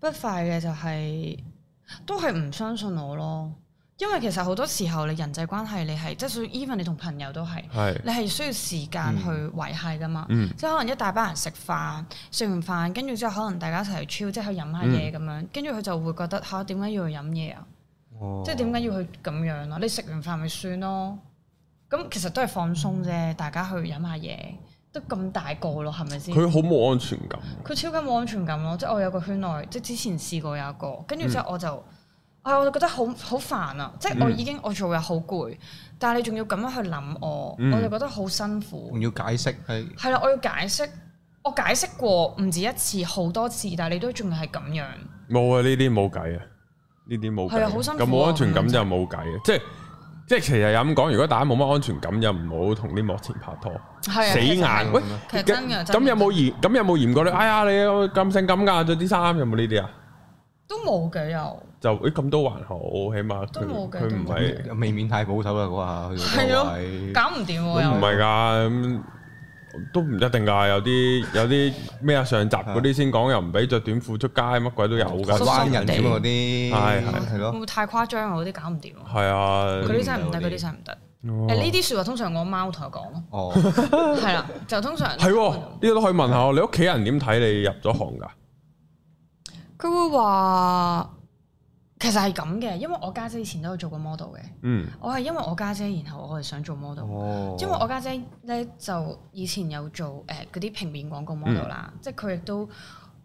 不快嘅就係都係唔相信我咯，因為其實好多時候你人際關係你係即係 even 你同朋友都係。
係，
你係需要時間去維係噶嘛，
嗯
即係可能一大班人食飯，食完飯跟住之後可能大家一齊 chill，即係去飲下
嗯
嘢咁樣，跟住佢就會覺得吓點解要去飲嘢啊？
哦
即係點解要去咁樣啊？你食完飯咪算咯。咁其實都係放鬆
嗯
啫，大家去飲下嘢，都咁大個咯，係咪先？
佢好冇安全感。
佢超級冇安全感咯，即係我有個圈內，即係之前試過有一個，跟住之
嗯
後我就，啊我就覺得好好煩啊！即係我已經我做嘢好攰，但係你仲要咁樣去諗我，
嗯
我就覺得好辛苦
仲。要解釋係
係啦，我要解釋，我解釋過唔止一次，好多次，但係你都仲係咁樣。
冇啊，呢啲冇計啊，呢啲冇計
係啊好辛苦啊
咁冇安全感就冇計啊，即係即係其實咁講，如果大家冇乜安全感，就唔好同啲幕前拍拖，
係啊
死
其實係
硬喂。
其實真嘅真
咁
嘅
有冇嫌？咁有冇嫌過你？哎呀，你咁性感噶，着啲衫有冇呢啲啊？
都冇嘅又。
就誒咁都還好，起碼佢
都冇嘅
佢唔係
未免太保守啦嗰下去
係
到
咯
嗰位。
搞唔掂喎
都唔
又。
係㗎，咁都唔一定㗎。有啲有啲咩啊？上集嗰啲先講，又唔俾着短褲出街，乜鬼都有
台
㗎。
灣人咁嗰啲
係係
係
哦會
咯，
唔會太誇張啊？嗰啲搞唔掂啊！
係啊，
佢啲真係唔得，
嗰啲
佢啲真係唔得。
哦
誒呢
呢
啲説話通常我媽會同我講咯，
哦，
係啦，就通常
係喎，呢個都可以問下我，你屋企人點睇你入咗行㗎？
佢會話其實係咁嘅，因為我家姐以前都有做過 model 嘅，
嗯，
我係因為我家姐，然後我係想做 model。
哦，
因為我家姐咧就以前有做誒嗰啲平面廣告 model
嗯
啦，即係佢亦都誒、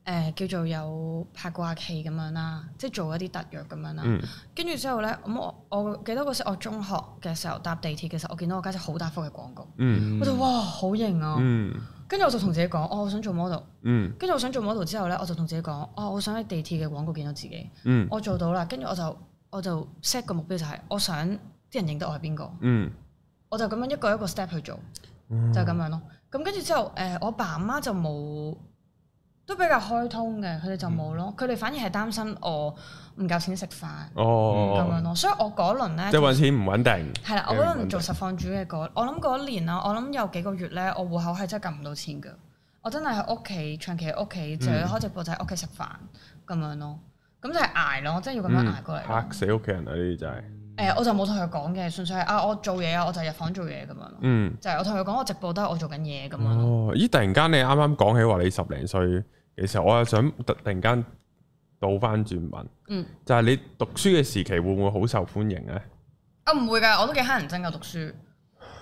呃叫做有拍過下戲咁樣啦，即係做一啲特約咁樣啦。
嗯
跟住之後咧，咁我我記得嗰時我中學嘅時候搭地鐵嘅時候，我見到我家姐好大幅嘅廣告，
嗯
我就哇好型啊！
嗯
跟住我就同自己講，哦，我想做 model。
嗯
跟住我想做 model 之後咧，我就同自己講，哦，我想喺地鐵嘅廣告見到自己，
嗯
我做到啦。跟住我就我就 set 個目標就係、我想啲人認得我係邊個，
嗯
我就咁樣一個一個 step 去做，就咁樣咯。咁跟住之後，誒、我爸媽就冇，都比較開通嘅，佢哋就
嗯
冇咯。佢哋、反而係擔心我唔夠錢食飯嗯咁樣
哦，
咯。所以我嗰輪咧
即係揾錢唔穩定，
係啦，我嗰陣做實況主嘅嗰，我諗嗰一年啦，啊我諗有幾個月咧，我戶口係真係撳唔到錢㗎。我真係喺屋企長期喺屋企，就
嗯
開直播就喺屋企食飯咁樣咯。咁就係捱咯，我真係要咁樣捱過嚟咯。誒、
嗯嚇死屋企人啊！呢啲就係，
我就冇同佢講嘅，純粹係啊，我做嘢啊，我就入房做嘢咁樣咯。
嗯，
就係我同佢講，我直播都係我做緊嘢咁樣咯。
哦，咦！突然間你啱啱講起話你十零歲嘅時候，我又想突突然間倒翻轉問，
嗯，
就係你讀書嘅時期會唔會好受歡迎咧？
啊唔會㗎，我都幾乞人憎㗎讀書，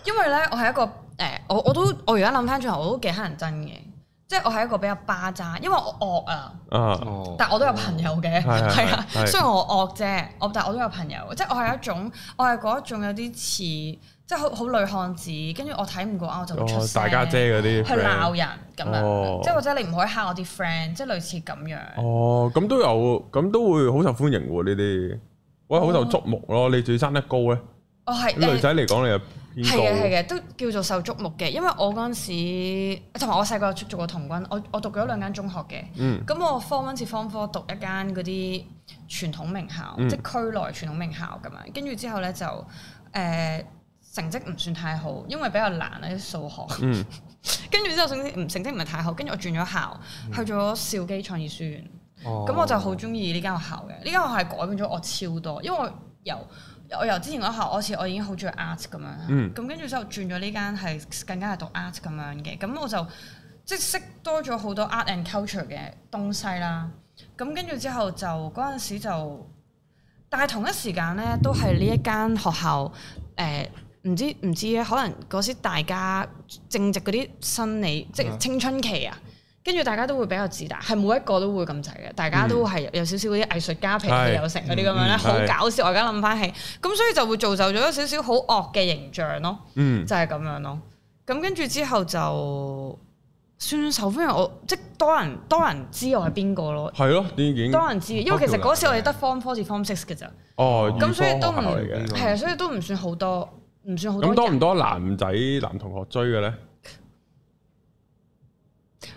因為咧我係一個誒、我我都我而家諗翻轉頭，我都幾乞人憎嘅，即係我係一個比較巴渣，因為我惡啊。
啊，
哦，
但我都有朋友嘅，
哦係係
係啊
係，
雖然我惡啫，我但我都有朋友，即係我係一種，我係嗰一種有啲似，即係好好女漢子，跟住我睇唔過眼我就會出
哦，
聲，
大家姐嗰啲
去
friend
鬧人咁
哦
樣，即係或者你唔可以蝦我啲 friend，即係類似咁樣。
哦，咁都有，咁都會好受歡迎喎呢啲，喂，好受矚目咯。你最生得高咧，
我係
咁女
哦誒
仔嚟講你又
係啊嘅係
偏
嘅，都叫做受矚目嘅，因為我嗰陣時同埋我細個出做過童軍，我我讀咗兩間中學嘅。
嗯
咁我 form one 至 form four 讀一間嗰啲傳統名校，
嗯
即係區內傳統名校咁樣。跟住之後咧就誒、成績唔算太好，因為比較難啊啲數學。
嗯
跟住之後成績唔成績唔係太好，跟住我轉咗校，
嗯
去咗兆基創意書院。
哦
咁我就好中意呢間學校嘅，呢間學校係改變咗我超多，因為我由我由之前嗰校我好似我已經好中意 art 咁
嗯
樣，咁跟住之後轉咗呢間係更加係讀 art 咁樣嘅，咁我就即係識多咗好多 art and culture 嘅東西啦。咁跟住之後就嗰陣時就，但係同一時間咧都係呢一間學校誒。唔知唔知咧，可能嗰時大家正值嗰啲生理，即係
嗯
青春期啊，跟住大家都會比較自大，係每一個都會咁滯嘅，大家都係有少少嗰啲藝術家脾
嗯係
氣有成嗰啲咁樣咧，
嗯
好
係
搞笑。我而家諗翻起，咁所以就會造就咗少少好惡嘅形象咯，
嗯
就係咁樣咯。咁跟住之後就算受歡迎，我即係多人多人知我係邊個咯，
係咯，已經
多人知，因為其實
popular
嗰時我哋得 form four 至 form six 嘅咋，
哦，
咁所以都
預
唔
科學校嚟嘅。
係啊，所以都唔算好多，唔算好多
咁
人。
多唔多男仔男同學追嘅咧？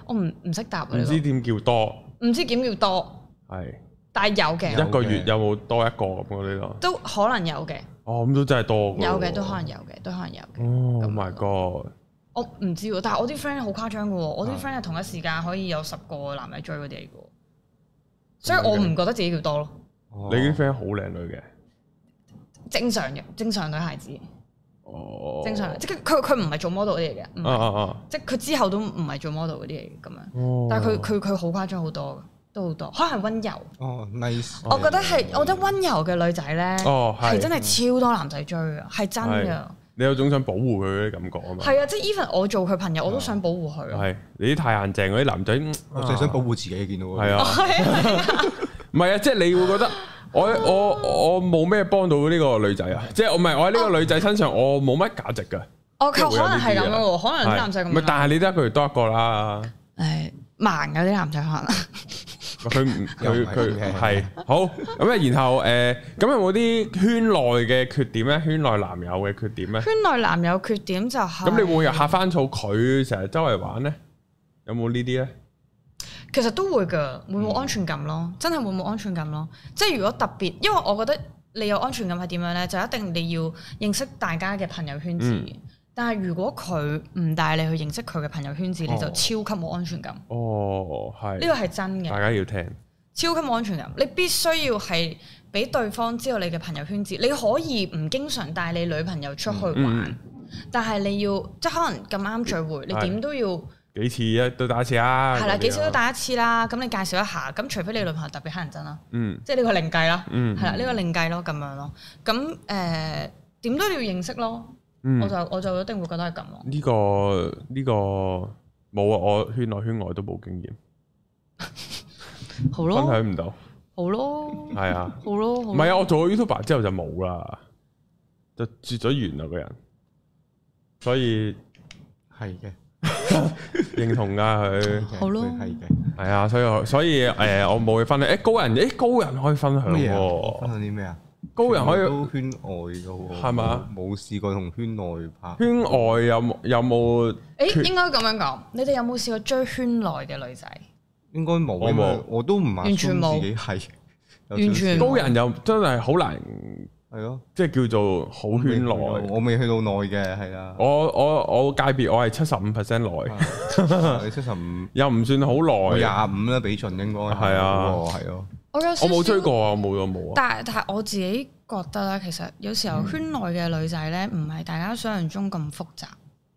我唔唔識答啊
唔
呢
知點叫多，
個唔知點叫多，
係
但係有嘅，
一個月有冇多一個咁嗰啲咯？
都可能有嘅，
哦，咁都真係多㗎喎
有嘅都可能有嘅，都可能有嘅。
哦，Oh my god！
我唔知喎，但係我啲 friend 好誇張嘅喎，我
啊
啲 friend 係同一時間可以有十個男仔追嗰啲嚟嘅喎，所以我唔覺得自己叫多咯，
哦
你啲 friend 好靚女嘅，
正常嘅，正常女孩子，
哦，
正常，即係佢佢佢唔係做 model 嗰啲嚟嘅，唔
啊
係
啊啊！
即係佢之後都唔係做 model 嗰啲嚟嘅咁樣，
哦
但係佢佢佢好誇張好多嘅，都好多，可能係温柔，
哦 Ờ, nice，
我覺得係，我覺得温柔嘅女仔咧，
哦
係
係
真係超多男仔追嘅，係真
係
嘅。
你有種想保護佢嗰啲感覺啊嘛？
係啊，即係 even 我做佢朋友，我都想保護佢啊。
哦係你啲太硬淨嗰啲男仔，嗯
我就係想保護自己，見到
係
啊，
啊，唔係啊，即係你會覺得我我我冇咩幫到呢個女仔啊，即係我唔係我喺呢個女仔身上我冇乜價值㗎，
我靠，
會有
可
呢
能係咁樣
啲啊
喎，可能啲男仔咁
係咪
樣。
但係你得佢多一個啦，
誒盲嘅啲男仔可 能。
佢唔
又
佢
唔係
佢
嘅
係好咁啊，然後誒咁有冇啲圈內嘅缺點咧？圈內男友嘅缺點咧？
圈內男友缺點就係
咁你會唔會又嚇翻到佢成日周圍玩咧？有冇呢啲咧？
其實都會㗎，會
嗯
冇安全感咯，真係會冇安全感咯。即係如果特別，因為我覺得你有安全感係點樣咧，就一定你要認識大家嘅朋友圈子。
嗯
但係如果佢唔帶你去認識佢嘅朋友圈子，你就
哦
超級冇安全感。呢
哦，
個
係，
係真嘅。
大家要聽。
超級冇安全感。你必須要係俾對方知道你嘅朋友圈子，你可以唔經常帶你女朋友出去玩，
嗯
但係你要即係可能咁啱聚會，你
係
點都要
幾次一都打一次啊？
係啦，
嗰啲啊
幾少都。帶一次啦。咁你介紹一下，咁除非你女朋友特別乞人憎啦，
嗯
即係呢個另計啦，
嗯，
係啦，呢個另計咯，咁樣咯。咁誒點都要認識咯，
嗯
我就我就一定會覺得係咁咯。
呢個呢個冇啊！我圈內圈外都冇經驗，
好
分
咯，哦
享唔到。
好咯，
係啊，
好咯，
唔
唔
係啊！我做咗 YouTuber 之後就冇啦，就絕咗緣啦個人，所以
係嘅，
認同㗎佢。
好咯
係嘅。
係啊，所以我所以誒，我冇去分享。誒高人，誒高人可以分享
咩啊？我分
喎，
享啲咩啊？
高人可以。
都圈外嘅喎，
係嘛？
冇試過同圈內拍，
圈外有冇有冇？
誒應該咁樣講，你哋有冇試過追圈內嘅女仔？
應該冇。
我冇
因為我都唔
完全冇
自己係， 有
完全
少少
高人又真係好難，
係咯。
即係叫做好圈內。
我未去到內嘅，係啦。
我我我界別我係七十五 percent 內，
你七十五，
又唔算好
我
耐。
廿五啦，比盡應該
係啊
喎係咯。
我有
我
少
冇
少
追過啊，冇啊冇啊。
但係但係我自己覺得咧，其實有時候圈內嘅女仔咧，唔係大家想象中咁複雜，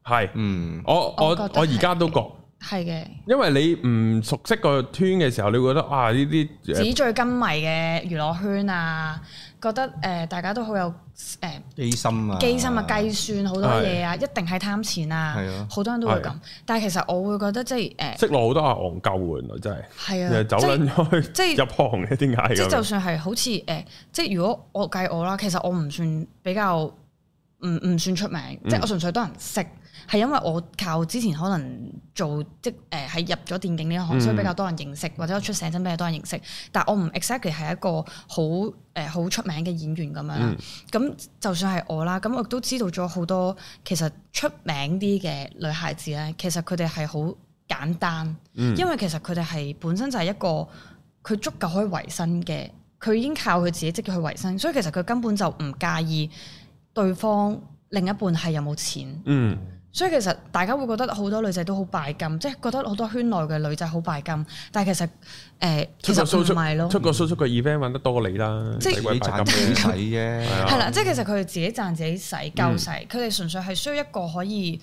係，
嗯，
我我
我覺得
我而家都覺，
係嘅，
因為你唔熟悉個圈嘅時候，你會覺得啊呢啲誒
紙醉金迷嘅娛樂圈啊，覺得誒、呃大家都好有誒、呃、
機心啊，
機心啊，計算好多嘢啊，一定係貪錢
係
啊
啊，
好多人都會
係
咁。但係其實我會覺得即係誒
識落好多係戇鳩嘅，原來真係
係
又
啊，
係走
即係
撚咗
即
去
係
入行嘅，點解
即係就
咁？
算係好似誒、呃即係如果我計我啦，其實我唔算比較唔唔算出名，
嗯
即係我純粹多人識，係因為我靠之前可能做即係誒係入咗電競呢一行，
嗯
所以比較多人認識，或者我出寫真比較多人認識，但係我唔 exactly 係一個好誒好出名嘅演員咁樣
嗯
啦。咁、就算係我啦，咁我都知道咗好多其實出名啲嘅女孩子咧，其實佢哋係好簡單。
嗯
因為其實佢哋係本身就係一個佢足夠可以維生嘅，佢已經靠佢自己積極去維生，所以其實佢根本就唔介意對方另一半係有冇錢。
嗯
所以其實大家會覺得好多女仔都好拜金，即係覺得好多圈內嘅女仔好拜金，但係其實誒、呃其實
嗯出個
唔係咯，
出個 show 出個 event 揾得多你啦，
即係
使
自
鬼
己
拜
賺
金
錢
嘅
使啫，
係啊嗯
係啦，即係其實佢哋自己賺自己使夠使，佢哋純粹係需要一個可以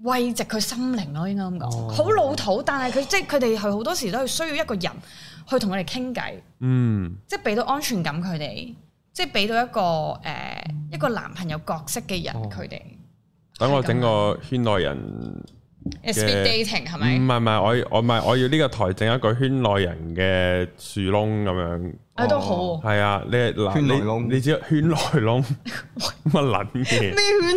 慰藉佢心靈咯，應該咁
哦
講。好、老土，但係佢即係佢哋係好多時都係需要一個人去同佢哋傾偈，
嗯
即係俾到安全感佢哋，即係俾到一個誒、呃一個男朋友角色嘅人
哦
佢哋。
等我整個圈內人。
誒 speed
嘅
dating 係
唔係
咪？
唔係，我我唔係我要呢個台整一個圈內人嘅樹窿咁樣，
啊都好喎
係啊，你嗱
圈內
你
窿
你知圈內 窿乜撚嘢？
咩圈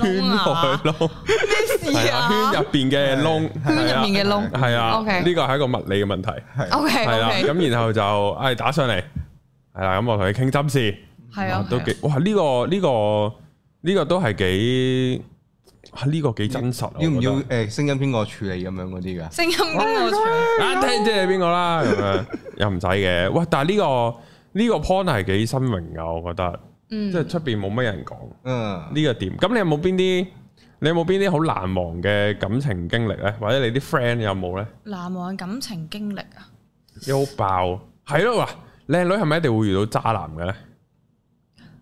圈
窿啊？
內窿
咩事
係
啊？
啊，圈入邊嘅窿，
圈入面嘅窿。
係啊，
OK
呢個係一個物理嘅問題，
O K
係啦，啊
O
咁然後就誒打上嚟，係啦，咁我同你傾心事。
K，係啊，
都幾哇！呢、個呢、個呢、個都係幾啊呢、個幾真實啊。
要唔要
我覺
誒聲音邊個處理咁樣嗰啲㗎？
聲音邊個唱？
得？啊，聽知你邊個啦咁樣，又唔使嘅。哇！但係呢、個呢、個 point 係幾新穎噶，我覺得，
嗯
即係出邊冇乜人講
嗯，
呢、個點。咁你有冇邊啲？你有冇邊啲好難忘嘅感情經歷咧？或者你啲 friend 有冇咧？
難忘感情經歷啊！
有好爆係咯，哇！靚女係咪一定會遇到渣男嘅咧？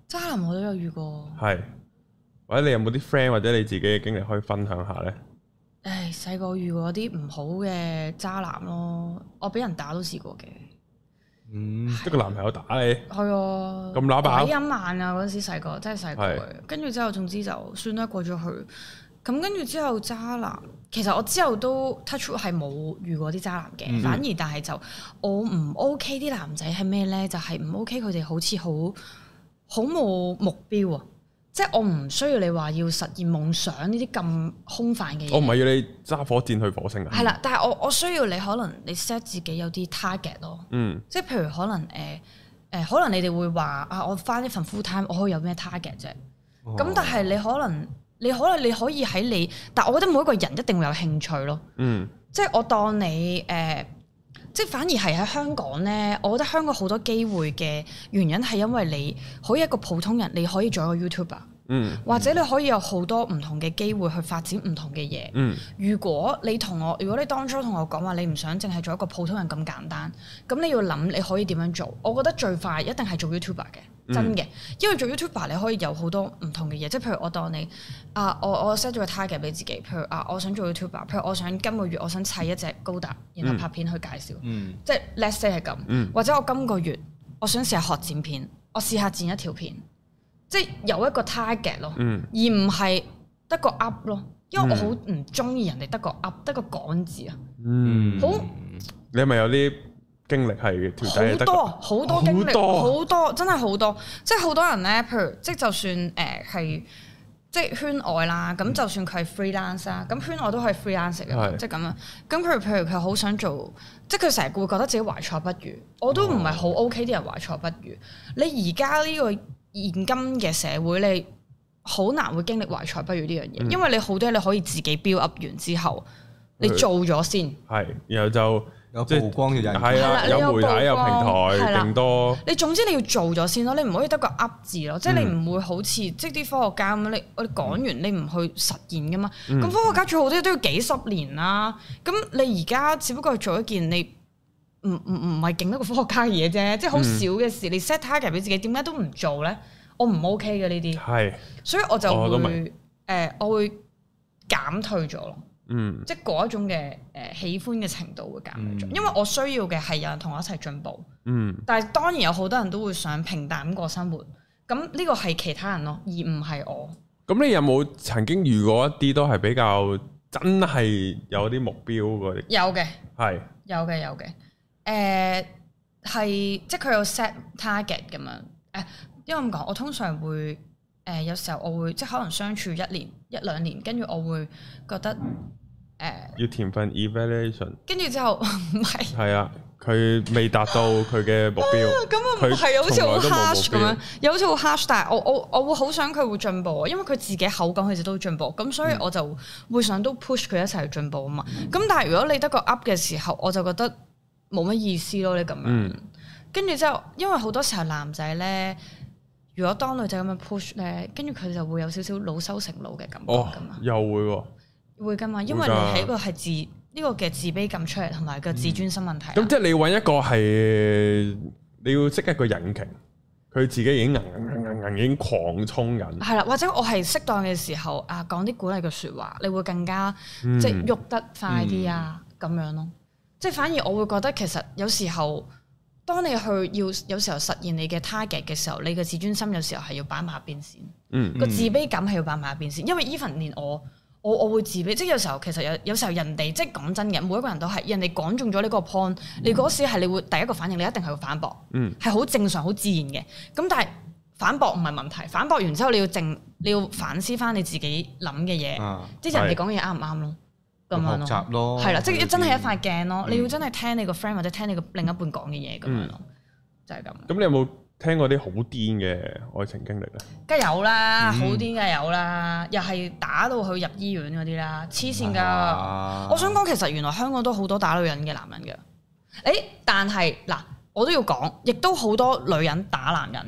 渣男我都有遇過，
係，或者你有冇啲 friend 或者你自己嘅經歷可以分享下咧？
唉，細個遇過啲唔好嘅渣男咯，我俾人打都試過嘅，
嗯，
即係個男朋友打你。
係啊，
咁乸爆
鬼陰慢啊！嗰陣時細個真係細個嘅，跟住之後總之就算啦，過咗去。咁跟住之後渣男，其實我之後都 touch wood 係冇遇過啲渣男嘅，反而但係就我唔 OK 啲男仔係咩咧？就係、唔 OK 佢哋好似好好冇目標啊！即係我唔需要你話要實現夢想呢啲咁空泛嘅嘢。
我哦唔係要你揸火箭去火星啊！
係，啦，但係我我需要你可能你 set 自己有啲 target 咯，
嗯
即係譬如可能誒誒、呃呃可能你哋會話啊，我翻一份 full time，我可以有咩 target 啫？咁、
哦
但係你可能你可能你可以喺你，但我覺得每一個人一定會有興趣咯，
嗯
即係我當你誒。呃即係反而係喺香港咧，我覺得香港好多機會嘅原因係因為你可以一個普通人，你可以做一個 YouTuber，
嗯
或者你可以有好多唔同嘅機會去發展唔同嘅嘢。
嗯
如果你同我，如果你當初同我講話，你唔想淨係做一個普通人咁簡單，咁你要諗你可以點樣做。我覺得最快一定係做 YouTuber 嘅，真嘅，因為做 YouTuber 你可以有好多唔同嘅嘢，即係譬如我當你啊，我我 set 咗個 target 俾自己，譬如啊，我想做 YouTuber，譬如我想今個月我想砌一隻高達，然後拍片去介紹，
嗯
即係 let's say 係咁，
嗯
或者我今個月我想試下學剪片，我試下剪一條片，即係有一個 target 咯。
嗯
而唔係得個 up 咯，因為我好唔中意人哋得個 up，得個講字啊，
嗯，
好
你係咪有啲經歷係條仔係
好
得
多
個？
好多經歷，
好多
好多真係好多，即係好多人咧，譬如即係就算誒係、即係圈外啦，咁就算佢係 freelance 啦，咁圈外都係 freelance 嘅嘛，
嗯係
即係咁樣。咁佢譬如佢好想做，即係佢成日會覺得自己懷才不遇，我
哦
都唔係好 OK 啲人懷才不遇。你而家呢個現今嘅社會，你好難會經歷懷才不遇呢樣
嗯
嘢，因為你好多嘢你可以自己 build up 完之後，你
係
做咗先。
係，然後就
有
即係
曝光嘅人，
係
係
啊，
啦你有
有媒體有
曝光
平
係
台，
啦
勁多
你總之你要做咗先咯，你唔可以得個噏字咯，即係
嗯
你唔會好似即係啲科學家咁，你我哋講完你唔去實現噶嘛。
嗯
咁、科學家做好多嘢都要幾十年啦。咁你而家只不過係做一件你唔唔唔係勁得個科學家嘅嘢啫，即係
嗯
好少嘅事。你 set target 俾自己，點解都唔做咧？我唔 OK 嘅呢啲，
係，哦
所以我就
我都
會
明
誒、我會減退咗咯。
嗯
即係嗰一種嘅誒、喜歡嘅程度會減退
嗯
咗，因為我需要嘅係有人同我一齊進步。
嗯
但係當然有好多人都會想平淡過生活，咁呢個係其他人咯，而唔係我。
咁你有冇曾經遇過一啲都係比較真係有啲目標嗰啲？
有嘅，
係，
有嘅，有嘅。誒、係即係佢有 set target 咁樣。誒、因為咁講，我通常會誒、有時候我會即係可能相處一年一兩年，跟住我會覺得誒，
要填份 evaluation，
跟、住之後 唔係。
係啊，佢未達到佢嘅目標，
咁啊，
佢
係啊好似
從
好
來都冇
harsh 咁
目標
樣，又好似好 harsh，但係我我我會好想佢會進步啊，因為佢自己口講佢哋都會進步，啊咁所以我就會想都 push 佢一齊去進步啊嘛。咁但係如果你得個 up 嘅時候，我就覺得冇乜意思咯，你咁樣。
嗯
跟住之後，因為好多時候男仔咧，如果當女仔咁樣 push 咧，跟住佢就會有少少老羞成怒嘅感覺
哦
噶嘛，，
又會喎。
會噶嘛，因為
會
你
㗎嗯
係一個係自呢個嘅自卑感出嚟，同埋個自尊心問題
咁
啊。
即係你揾一個係你要識一個引擎，佢自己已經硬硬硬硬已經狂衝緊，
係啦，或者我係適當嘅時候啊，講啲鼓勵嘅説話，你會更加
嗯
即係喐得快啲啊，咁樣咯。即係反而我會覺得其實有時候，當你去要有時候實現你嘅 target 嘅時候，你嘅自尊心有時候係要擺埋一邊先。
嗯
個自卑感係要擺埋一邊先，因為 even 連我我我會自卑，即係有時候其實有有時候人哋即係講真嘅，每一個人都係人哋講中咗呢個 point，你
嗯
嗰時係你會第一個反應，你一定係會反駁，
嗯
係好正常、好自然嘅。咁但係反駁唔係問題，反駁完之後你要靜，你要反思翻你自己諗嘅嘢，
啊，
即係人哋講嘅嘢啱唔啱咯，咁樣
學
咯，
習咯，
係啦，即係真係一塊鏡咯，
嗯
你要真係聽你個 friend 或者聽你個另一半講嘅嘢咁樣咯，就係咁。
咁你有冇聽過啲好癲嘅愛情經歷咧？
梗係有啦，
嗯
好啲梗係有啦，又係打到佢入醫院嗰啲啦，黐線㗎！
啊
我想講其實原來香港都好多打女人嘅男人嘅，誒，但係嗱，我都要講，亦都好多女人打男人，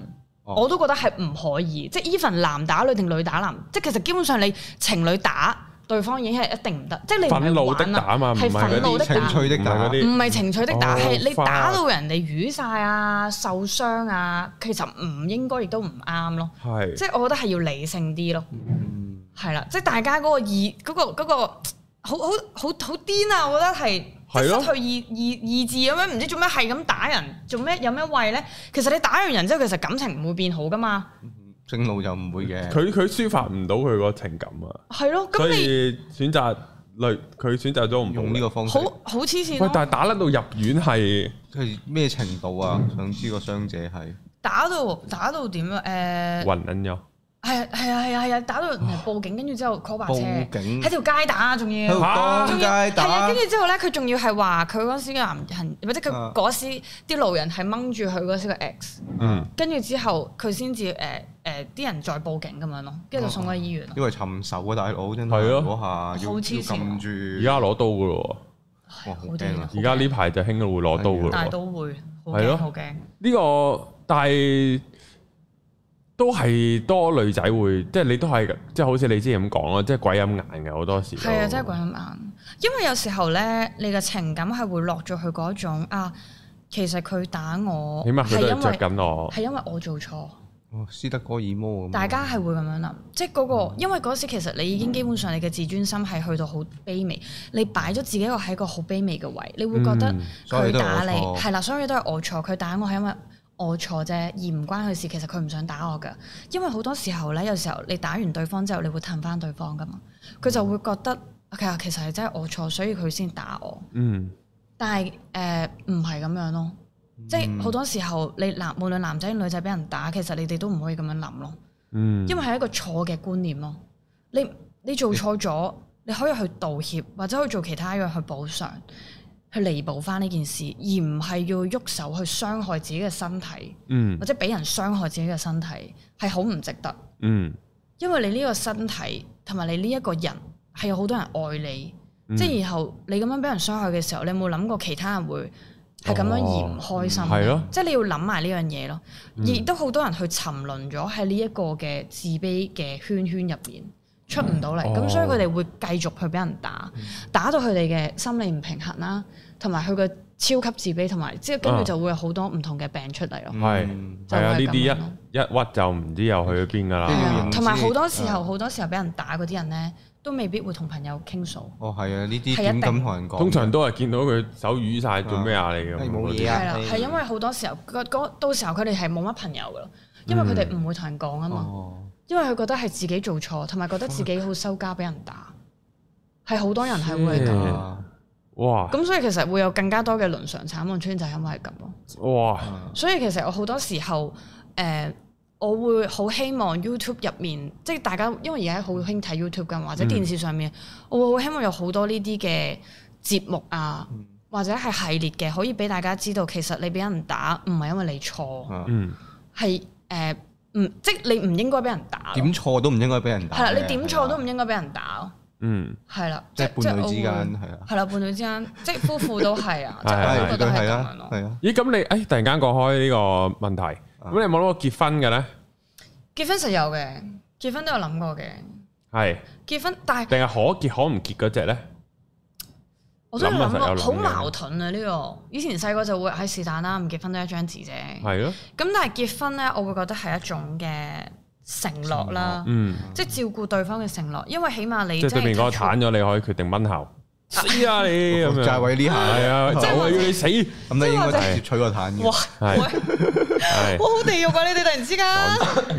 哦
我都覺得係唔可以，即係 even 男打女定女打男，即係其實基本上你情侶打對方已經係一定唔得，即係你唔
憤
係
怒
玩
的
啊，
打嘛，唔係
係
嗰
憤怒
啲，
嗯的
情
打。
趣
唔係
的打
嗰啲
唔係情緒的打，
哦
係、你
花
打到人哋瘀晒啊、受傷啊，其實唔應該，亦都唔啱咯。
係
即係我覺得係要理性啲咯，
嗯
係啦，即係大家嗰個意嗰、個嗰、個好好好好癲啊！我覺得係即
係咯
係失去意意意志咁樣，唔知做咩係咁打人，做咩有咩為咧？其實你打完人之後，其實感情唔會變好噶嘛，
正路就唔會嘅，
佢佢抒發唔到佢個情感啊，
係咯，咁
所
你
以選擇類佢選擇咗唔
用呢
個。
個方式
好，好黐線
喂，但
咯，
係打甩到入院係
佢咩程度啊？想知個傷者係
打到打到點啊？誒
暈緊咗，
係啊係啊係啊係啊，打到人哋報警，跟住之後 call 白車
報警
喺條街打，仲
喺
要
度。
嚇
當街
係啊，
打
跟，住之後咧，佢仲要係話佢嗰時嘅男人，或者佢
啊
嗰時啲路人係掹住佢嗰時嘅 ex，
嗯，
跟住之後佢先至誒誒啲人再報警咁樣咯，
哦
跟住就送咗去醫院咯。
因為尋仇啊，大佬真
係
係
咯
嗰下要
好
要
黐線啊
撳
而
住，
家攞刀噶咯
哇好
好癲
驚啊
啊！
喎，而家呢排就興到會攞刀噶
但
咯喎。
係都會好
係咯
驚好驚，
呢個但係都係多女仔會，即係你都係即係好似你之前咁講啦，啊即係鬼咁硬嘅好多時都。
係啊，
哦
真係鬼咁硬。因為有時候咧，你嘅情感係會落咗去嗰種啊，其實佢打我
起碼佢都
係
係
因
着
為
緊哦我。
係因為我做錯。
哦斯德哥爾摩咁，嗯
大家係會咁樣諗，即係嗰、個，因為嗰時其實你已經基本上你嘅自尊心係去到好卑微，你擺咗自己一個喺個好卑微嘅位，你會覺得
嗯
所以
佢
都係
打你
我錯
係啦，所有嘢都係我錯，佢打我係因為我錯啫，而唔關佢事。其實佢唔想打我㗎，因為好多時候咧，有時候你打完對方之後，你會氹翻對方㗎嘛，佢就會覺
嗯
得其實其實係真係我錯，所以佢先打我。
嗯，
但係誒唔係咁樣咯，即
嗯
係好多時候你男無論男仔女仔俾人打，其實你哋都唔可以咁樣諗咯。
嗯，
因為係一個錯嘅觀念咯。你你做錯咗，你可以去道歉，或者可以做其他嘢去補償，去彌補翻呢件事，而唔係要喐手去傷害自己嘅身體，
嗯
或者俾人傷害自己嘅身體，係好唔值得。
嗯，
因為你呢個身體同埋你呢一個人係有好多人愛你，
嗯
即係然後你咁樣俾人傷害嘅時候，你有冇諗過其他人會係咁樣而唔開心？
哦嗯係咯嗯
即係你要諗埋呢樣嘢咯。亦都好多人去沉淪咗喺呢一個嘅自卑嘅圈圈入面，出唔到嚟，
嗯
咁、
哦嗯
所以佢哋會繼續去俾人打，打到佢哋嘅心理唔平衡啦，同埋佢嘅超級自卑，同埋即係跟
啊
住就會有好多唔同嘅病出嚟咯。
係
嗯
係啊，呢
就係咁
啲
樣咯
一一屈就唔知又去咗邊噶
即
啦。
係要
係
認
啊
嗯知
同埋好多時候，
啊
好多時候俾人打嗰啲人咧，都未必會同朋友傾訴。
哦係啊，呢啲
係一
點
定
敢同人講？
通常都係見到佢手瘀晒做咩啊你咁。
係冇
係
嘢啊
啦，係因為好多時候嗰嗰到時候佢哋係冇乜朋友噶咯，因為佢哋唔會同人講啊嘛，
嗯哦
因為佢覺得係自己做錯，同埋覺得自己好羞家俾人打，係好多人係會係咁。
嗯
啊
哇
咁所以其實會有更加多嘅倫常慘案出現，就係因為係咁咯。
哇，
啊
所以其實我好多時候，誒、我會好希望 YouTube 入面，即係大家因為而家好興睇 YouTube
嗯
噶，或者電視上面，我會好希望有好多呢啲嘅節目啊，
嗯
或者係系列嘅，可以俾大家知道，其實你俾人打唔係因為你錯，
啊
嗯
係誒唔即係你唔應該俾人打咯。
點錯都唔應該俾人打
係
嘅。
啦，你點錯都
係啊
唔應該俾人打咯。
嗯，
係啦，
即係伴侶之間
我會
係啊
係啦，伴侶之間，即係夫婦都係 啊，即係
係
我
係
都覺
絕
得
對
係
係
咁樣
啦，
咯。
哎
係啊，
咦咁你誒突然間講開呢個問題，咁你有冇諗過結婚嘅咧？
結婚實有嘅，結婚都有諗過嘅。
係
結婚，但係
定係可結可唔結嗰只咧？
我都有
諗
諗
啊實有
過，
諗
好
嘅
矛盾啊！呢個以前細個就會喺是但啦，唔結婚都一張紙啫。咁
係咯，
但係結婚咧，我會覺得係一種嘅承諾啦，
嗯，
即係照顧對方嘅承諾，因為起碼你
即係對面嗰個鏟咗，你可以決定蚊後死啊你咁
就係
樣，
為呢下
係啊，
就
就係要你死，係
咁你應該
即係
直接取個炭
哇
嘅。！
係
喂我好地獄啊！你哋突然之 間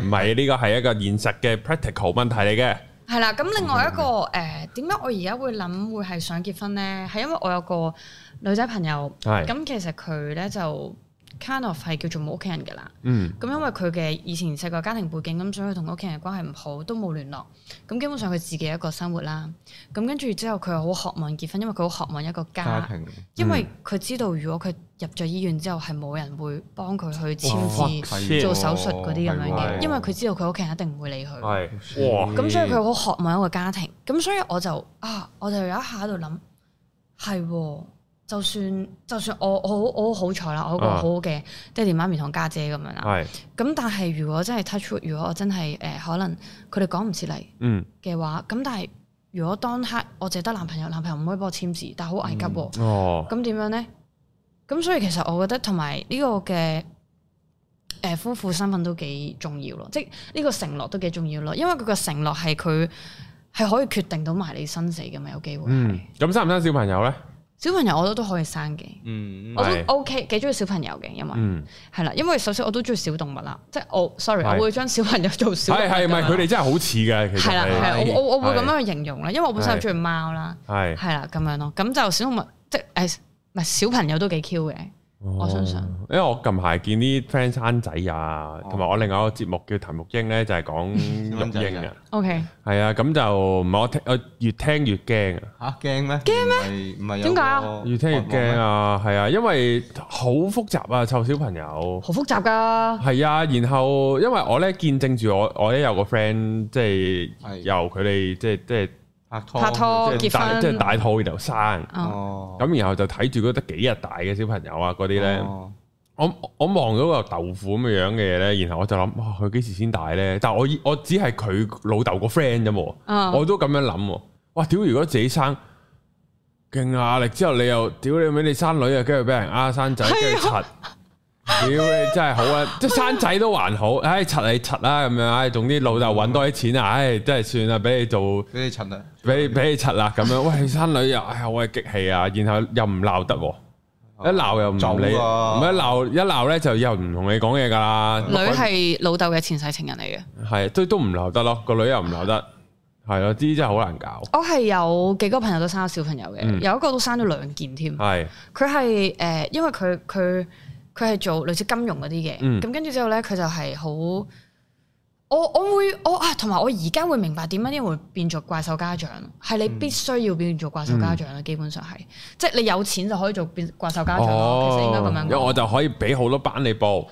唔係呢個係一個現實嘅 practical 問題嚟嘅，
係啦，咁另外一個
嗯
誒點解我而家會諗會係想結婚咧？係因為我有個女仔朋友，
係，
咁其實佢咧就 kind of 係叫做冇屋企人㗎啦。
嗯，
咁因為佢嘅以前細個家庭背景，咁所以佢同屋企人嘅關係唔好，都冇聯絡。咁基本上佢自己一個生活啦。咁跟住之後，佢又好渴望結婚，因為佢好渴望一個家，
家庭
因為佢知道如果佢入咗醫院之後，係冇人會幫佢去
哇
簽字、
係
做手術嗰啲咁樣
哦係
嘅，
喎
因為佢知道佢屋企人一定唔會理佢。
係，哇，
咁所以佢好渴望一個家庭。咁所以我就啊，我就有一下喺度諗，係喎。就算就算我我好我好好彩啦，我有個
啊
好好嘅爹哋媽咪同家姐咁樣啦。
係，
咁但係如果真係 touch wood，如果我真係誒、呃可能佢哋講唔切嚟
嗯，
嘅話，咁但係如果當刻我淨係得男朋友，男朋友唔可以幫我簽字，但係好危急喎。
哦，
咁點、樣呢？咁所以其實我覺得同埋呢個嘅誒、呃夫婦身份都幾重要咯，即係呢個承諾都幾重要咯，因為佢個承諾係佢係可以決定到埋你生死嘅嘛，有機會係。
嗯，咁生唔生小朋友咧？
小朋友我都都可以生嘅，
嗯
我
係
都 OK 幾中意小朋友嘅，因為。
嗯，
係啦，因為首先我都中意小動物啦，即係我 sorry，
係
我會將小朋友做小動
係
物
係，唔係
咁樣
佢哋真係好似嘅，其實
係啦，係我我我會
係
咁樣去形容啦，因為我本身
係
係中意貓啦，
係，
係啦咁樣咯，咁就小動物即係誒唔係小朋友都幾 Q 嘅，我相信
哦因為我近排見啲 friend 生仔啊，同埋我另外一個節目叫譚玉英咧，就係講
生仔
育嬰
嘅
啊，
，OK，
係啊，咁就唔係我聽，我越聽越驚啊。
嚇驚咩？驚咩？唔係
點解啊
越聽越驚
啊！
啊，係啊，因為好複雜啊，湊小朋友。
好複雜㗎，
係啊，然後因為我咧見證住我我咧有個 friend 即係
係
由佢哋即係即係
拍拖
拍拖
即係
結
大
婚
即係大肚然後生，
哦，
哦
咁然後就睇住嗰得幾日大嘅小朋友啊嗰啲咧，
哦
我我望到個豆腐咁嘅樣嘅嘢咧，然後我就諗哇佢幾時先大咧？但係我以我只係佢老豆個 friend 啫喎。
嗯
哦我都咁樣諗喎。哇！屌，如果自己生勁壓力之後，你又屌你咪你生女啊，跟住俾人呃生仔，
啊
跟住柒。屌你真係好啊！即係生仔都還好，唉柒你柒啦咁樣，唉總之老豆揾多啲錢啊，唉真係算啦，俾你做
俾你襯啦，
俾你俾你柒啦咁樣。喂，你生女又唉好鬼激氣啊，然後又唔鬧得喎。一鬧又唔
走
理，唔
啊
一鬧一鬧咧就又唔同你講嘢噶啦，
女係老豆嘅前世情人嚟嘅，
係都都唔鬧得咯，個女又唔鬧得，係咯，呢啲真係好難搞，
我係有幾個朋友都生咗小朋友
嗯
嘅，有一個都生咗兩件添。
係
佢係誒，因為佢佢佢係做類似金融嗰啲嘅，
嗯
咁跟住之後咧，佢就係好，我我會我啊，同埋我而家會明白點解啲人會變做怪獸家長，係
嗯
你必須要變做怪獸家長啦，基本上係，即係你有錢就可以做變怪獸家長
哦
咯，其實應該咁樣
因為我
講。
就可以俾好多班你報，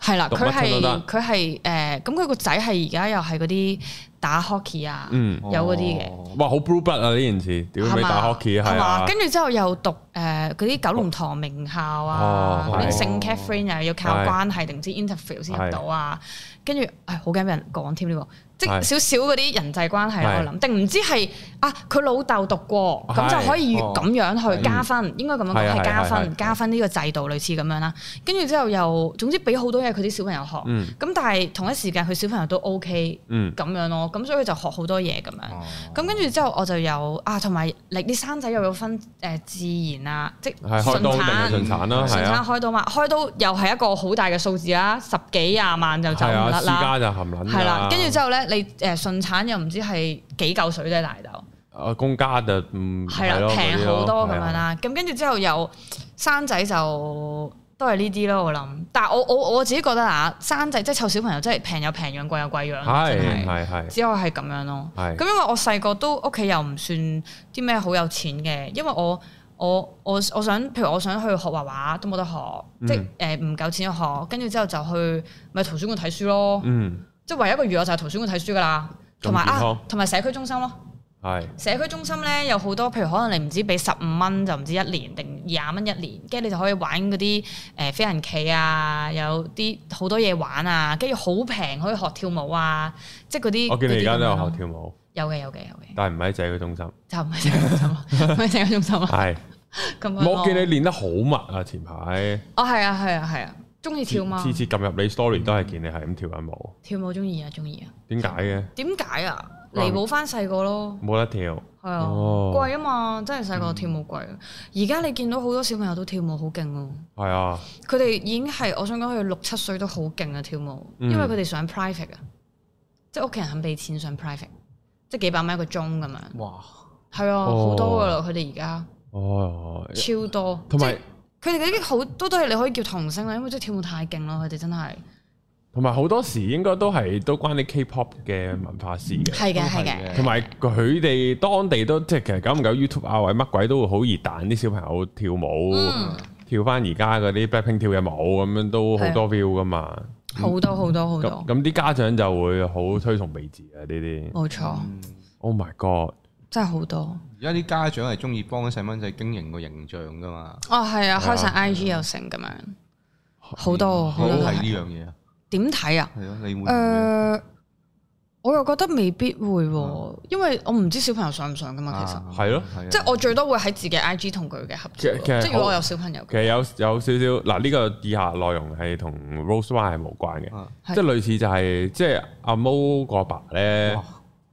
係啦，
讀
佢
乜春都得
係佢係誒，咁佢個仔係而家又係嗰啲打 hockey 啊，
嗯，
有嗰啲嘅。
哦
哇，好 blue blood 啊呢件事，屌
係
你
嘛
打 hockey 係
係
啊
嘛？，跟住之後又讀誒嗰啲九龍塘名校啊，
哦
嗰
係哦
啲聖 Catherine 啊又要靠
係
關係定唔知 interview 先入到啊，跟住唉好驚俾人講添呢個，即
係
係少少嗰啲人際關係啦
係
我諗，定唔知係啊佢老豆讀過，咁
係
就可以
哦
咁樣去加分，應該咁樣
係
講
啊係
係加
係係
分，加分呢個制度類似咁樣啦。跟住之後又總之俾好多嘢佢啲小朋友學，
嗯
咁但係同一時間佢小朋友都 OK
嗯
咁樣咯，咁所以佢就學好多嘢咁樣。
哦
咁跟住之後我就有啊，同埋你啲生仔又有分誒、呃自然啊，即
係
係
開
順
刀定係
產、
順產啦，係
順產
啊，
開刀嘛，開刀又係一個好大嘅數字啦，十幾廿萬就走
係
唔
啊，
甩
私
啦，
家就含撚㗎
係啦，跟住之後咧，你誒順產又唔知係幾嚿水啫大豆，
啊公家就唔
係啦，
咯嗰啲
平
咯
好多咁
係啊
樣啦，咁跟住之後又生仔就。都係呢啲咯，我諗。但係我我我自己覺得啊，生仔即係湊小朋友，真係平有平養，貴有貴養咯，真
係
係。
係係
只可以係咁樣咯。
係
咁因為我細個都屋企又唔算啲咩好有錢嘅，因為我我我我想，譬如我想去學畫畫都冇得學，
嗯
即係誒唔夠錢去學，跟住之後就去咪圖書館睇書咯。
嗯
即係唯一一個娛樂就係圖書館睇書㗎啦，同埋
咁健康
啊，同埋社區中心咯。
係
社區中心咧有好多，譬如可能你唔知俾十五蚊就唔知一年定廿蚊一年，跟住你就可以玩嗰啲誒飛行棋啊，有啲好多嘢玩啊，跟住好平可以學跳舞啊，即係嗰啲。
我見你而家都有
嗰啲咁樣咯
學跳舞，
有嘅有嘅有嘅，
但係唔喺社區中心。
就唔係社區中 心啦，啊唔係社區中心啦，
係，
咁樣咯。
啊我見你練得好密啊！前排
哦，係啊係啊係啊，中意跳嘛
次，次撳入你 story 都係見你係咁跳緊舞，
跳舞中意啊中意啊。
點解嘅？
點解啊？彌補翻細個咯，
冇得跳，
係啊，
哦嗯
貴啊嘛，真係細個跳舞貴啊。而家你見到好多小朋友都跳舞好勁咯。
係啊，
佢哋已經係，我想講佢哋六七歲都好勁啊跳舞，
嗯
因為佢哋上 private 啊，即係屋企人肯俾錢上 private，即係幾百蚊一個鐘咁樣，
哇！
係啊，
哦
好多噶啦，佢哋而家
哦，
超多，
同埋
即係佢哋嗰啲好多都係你可以叫童星啦，因為即係跳舞太勁咯，佢哋真係
同埋好多時應該都係都關啲 K-pop 嘅文化事嘅。
係嘅
都
係
係
嘅，
嘅
同埋佢哋當地都即係其實久唔久 YouTube 啊或者乜鬼都會好熱彈啲小朋友跳舞，
嗯
跳翻而家嗰啲 Blackpink 跳嘅舞咁樣都好多 view 噶嘛。
好多好多啊好
咁
多，
咁啲家長就會好推崇備至啊呢啲。
冇錯，
Oh my god！
真係好多。
嗯而家啲家長係中意幫啲細蚊仔經營個形象噶嘛，
哦，係啊，開晒 IG 又成咁樣，好多
嗯好
好多都
睇
係
呢樣嘢啊，
點睇啊？
係咯，你會唔
誒、
會
我又覺得未必會喎，因為我唔知小朋友上唔上噶嘛，其實。
啊
係咯，
係啊
即係我最多會喺自己 IG 同佢嘅合
其
作
實
咯，
其實
即係如果
好
我有小朋友嘅，
其實有有少少嗱，呢、個以下內容係同 Rose Wine 係無關嘅，
啊
即
係
係類似就係、即係阿毛個阿爸咧
哇，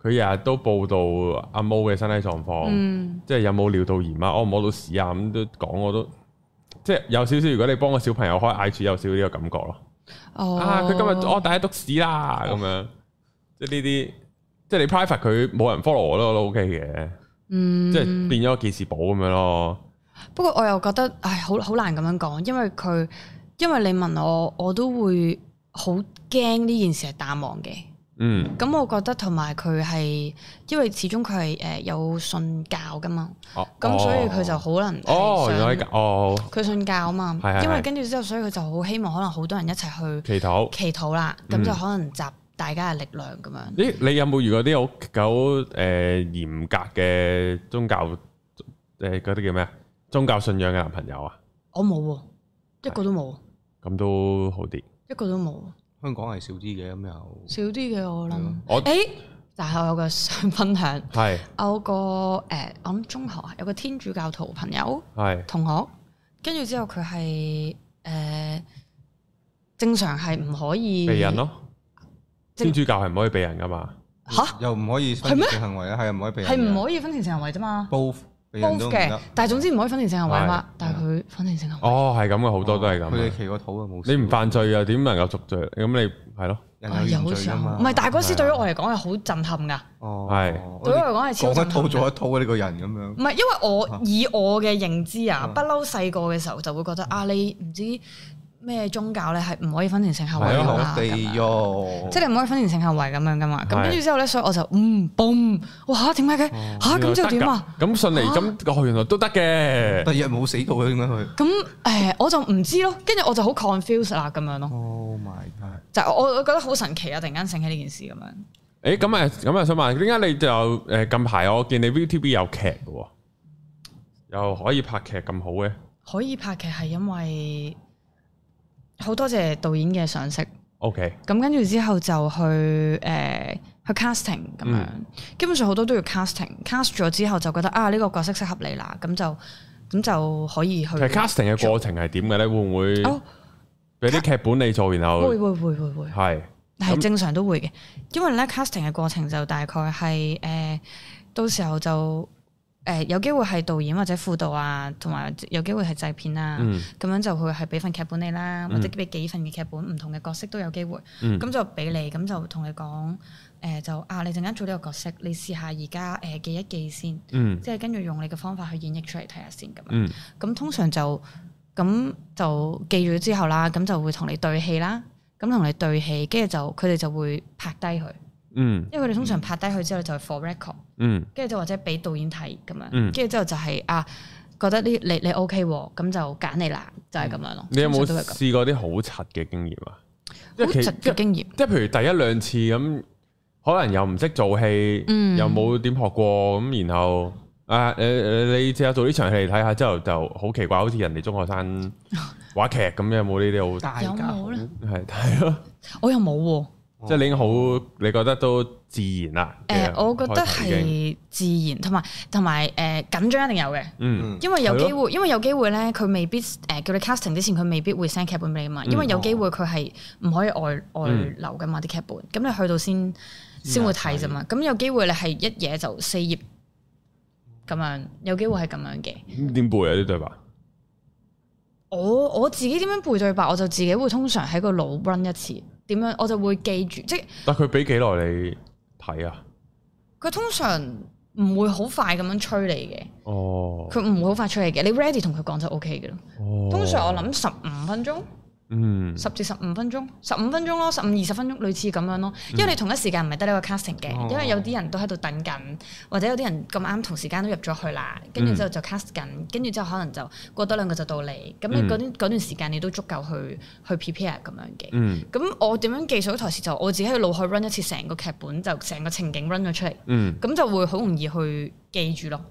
佢日日都報道阿毛嘅身體狀況，
嗯，
即係有冇尿道炎啊，屙唔屙到屎啊，咁都講我都。即係有少少，如果你幫個小朋友開 IG，有少少呢個感覺咯。
哦，
啊，佢今日屙第一督屎啦，咁樣，即係呢啲，即係你 private 佢冇人 follow 我都都 OK 嘅，
嗯，
即係變咗記事簿咁樣咯。
不過我又覺得，唉，好好難咁樣講，因為佢，因為你問我，我都會好驚呢件事係淡忘嘅。
嗯，
咁我覺得同埋佢係，因為始終佢係誒有信教噶嘛，
哦
咁所以佢就好能係
哦，原
想
來係咁哦，
佢信教嘛
係係，係
因為跟住之後，所以佢就好希望可能好多人一齊
祈
去
禱。
祈禱啦，咁就可能集大家嘅力量咁樣。
咦，你有冇遇過啲好狗誒嚴格嘅宗教誒嗰啲叫咩啊？宗教信仰嘅男朋友啊？
我冇喎，一個都冇，
咁都好啲。
一個都冇，
香港係少啲嘅咁又
少啲嘅我諗。
嗯我
誒，但係我有個想分享，
係
我有個誒，我諗中學有個天主教徒朋友
係
同學，跟住之後佢係誒正常係唔可以
避孕咯，
即
天主教係唔可以避孕噶嘛？
吓，
又唔可以分別性行為啊，係唔可以避孕嘅，
係唔可以分前性行為啫嘛。
both 避孕
both
都唔
嘅
得，，啊
但係總之唔可以分前性行為
係
嘛。但係佢分前性行為，
哦，係咁嘅，好多都係
佢哋
咁。
祈個肚啊冇事，
你唔犯罪又點能夠贖罪？啊咁你係咯，
人
哎
有
呀
原
好
罪㗎
想
嘛，啊
唔係，但係嗰時對於我嚟講係好震撼㗎。
哦
係
對於我嚟講係超
講
震
一
撼
套
㗎。
做一套啊！呢個人咁樣
唔係，因為我以我嘅認知啊，
嗯
不嬲細個嘅時候就會覺得啊，你唔知咩宗教咧係唔可以分前性行為
係
㗎
啊
落
嘛
地
咁樣
獄，
即係你唔可以分前性行為咁樣噶嘛。咁
係
跟住之後咧，所以我就嗯 boom，哇點解嘅嚇咁之後點
哦原來
啊？
得㗎？咁順利咁，哦，原來都得嘅。
第二日冇死到嘅點解佢
咁誒我就唔知咯，跟住我就好 confused 啦咁樣咯，
？Oh my god！
就我我覺得好神奇啊！突然間醒起呢件事咁
誒
樣。
咁啊，咁啊，想問點解你就誒近排我見你 ViuTV 有劇嘅喎，又可以拍劇咁好嘅？
可以拍劇係因為好多謝導演嘅賞識，
O K，
咁跟住之後就去誒、呃去 casting 咁樣，
嗯
基本上好多都要 casting，cast 咗之後就覺得啊呢、個角色適合你啦，咁就咁就可以去
其實 casting 嘅過程係點嘅咧？會唔會
哦
俾啲劇本你做，然後
會會會會會
係
係正常都會嘅，因為咧 casting 嘅過程就大概係誒、呃到時候就。誒、有機會係導演或者輔導啊，同埋有機會係製片啊，
嗯
咁樣就佢係俾份劇本你啦，
嗯
或者俾幾份嘅劇本，唔同嘅角色都有機會。咁、
嗯
就俾你，咁就同你講，誒、就啊，你陣間做呢個角色，你試下而家誒記一記先，
嗯
即係跟住用你嘅方法去演繹出嚟睇下先咁樣。
嗯
咁通常就咁就記咗之後啦，咁就會同你對戲啦，咁同你對戲，跟住就佢哋就會拍低佢，
嗯
因為佢哋通常拍低佢之後就 for record。
嗯
跟住就或者俾導演睇咁樣，
嗯
跟住之後就係、啊覺得呢你你 OK 喎，咁就揀你啦，就係、咁樣咯。
嗯你有冇
通常都係咁
試過啲好柒嘅經驗啊？即
好
係其
實嘅經驗？
即係譬如第一兩次咁，可能又唔識做戲，
嗯
又冇點學過咁，然後啊誒誒，你試下做呢場戲嚟睇下之後，就好奇怪，好似人哋中學 生話劇咁，有冇呢啲好
大
有冇咧？
係係咯？
我又冇喎、
即係你已經好，你覺得都自然啦。
誒、
嘅
我覺得
開頭已經
係自然，同埋同埋誒緊張一定有嘅，
嗯
嗯
因為有
係咯
機會，因為有機會咧，佢未必誒、叫你 casting 之前，佢未必會 send 劇本俾你嘛，因為有機會佢係唔可以外外
哦嗯
流噶嘛啲劇本，咁你去到先先會睇啫嘛，
嗯
咁有機會你係一嘢就四頁咁樣，有機會係咁樣嘅。
咁點背啊啲對白？
我我自己點樣背對白，我就自己會通常喺個腦 run 一次，點樣我就會記住，即係
但佢俾幾耐你睇啊？
佢通常唔會好快咁樣催你嘅。
哦，
佢唔會好快出嚟嘅，你 ready 同佢講就 O K 嘅啦。
哦
通常我諗十五分鐘，
嗯
十至十五分鐘，十五分鐘咯，十五二十分鐘，類似咁樣咯。
嗯
因為你同一時間唔係得呢個 casting 嘅，
哦
因為有啲人都喺度等緊，或者有啲人咁啱同時間都入咗去啦，
嗯
跟住之後就 cast 緊，跟住之後可能就過多兩個就到你，咁你
嗯
嗰段嗰段時間你都足夠去去 prepare 咁樣嘅。
嗯
咁我點樣記數台詞就我自己喺腦海 run 一次成個劇本，就成個情景 run 咗出嚟。
嗯
咁就會好容易去記住咯。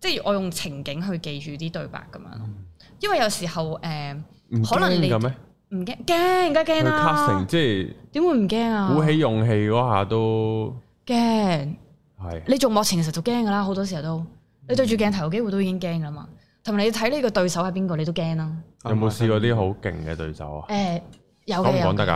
即係我用情景去記住啲對白咁樣，
嗯
因為有時候誒
唔
可能你
驚嘅咩？
唔驚，驚梗係驚
佢 casting
啦，
即係
點會唔驚啊？
鼓起勇氣嗰下都
驚，
係。
你做幕前其實就驚噶啦，好多時候都你對住鏡頭有機會都已經驚噶啦嘛，同埋你睇你個對手係邊個，你都驚啦。
有冇試過啲好勁嘅對手啊
誒、？有
講唔
嘅有
講得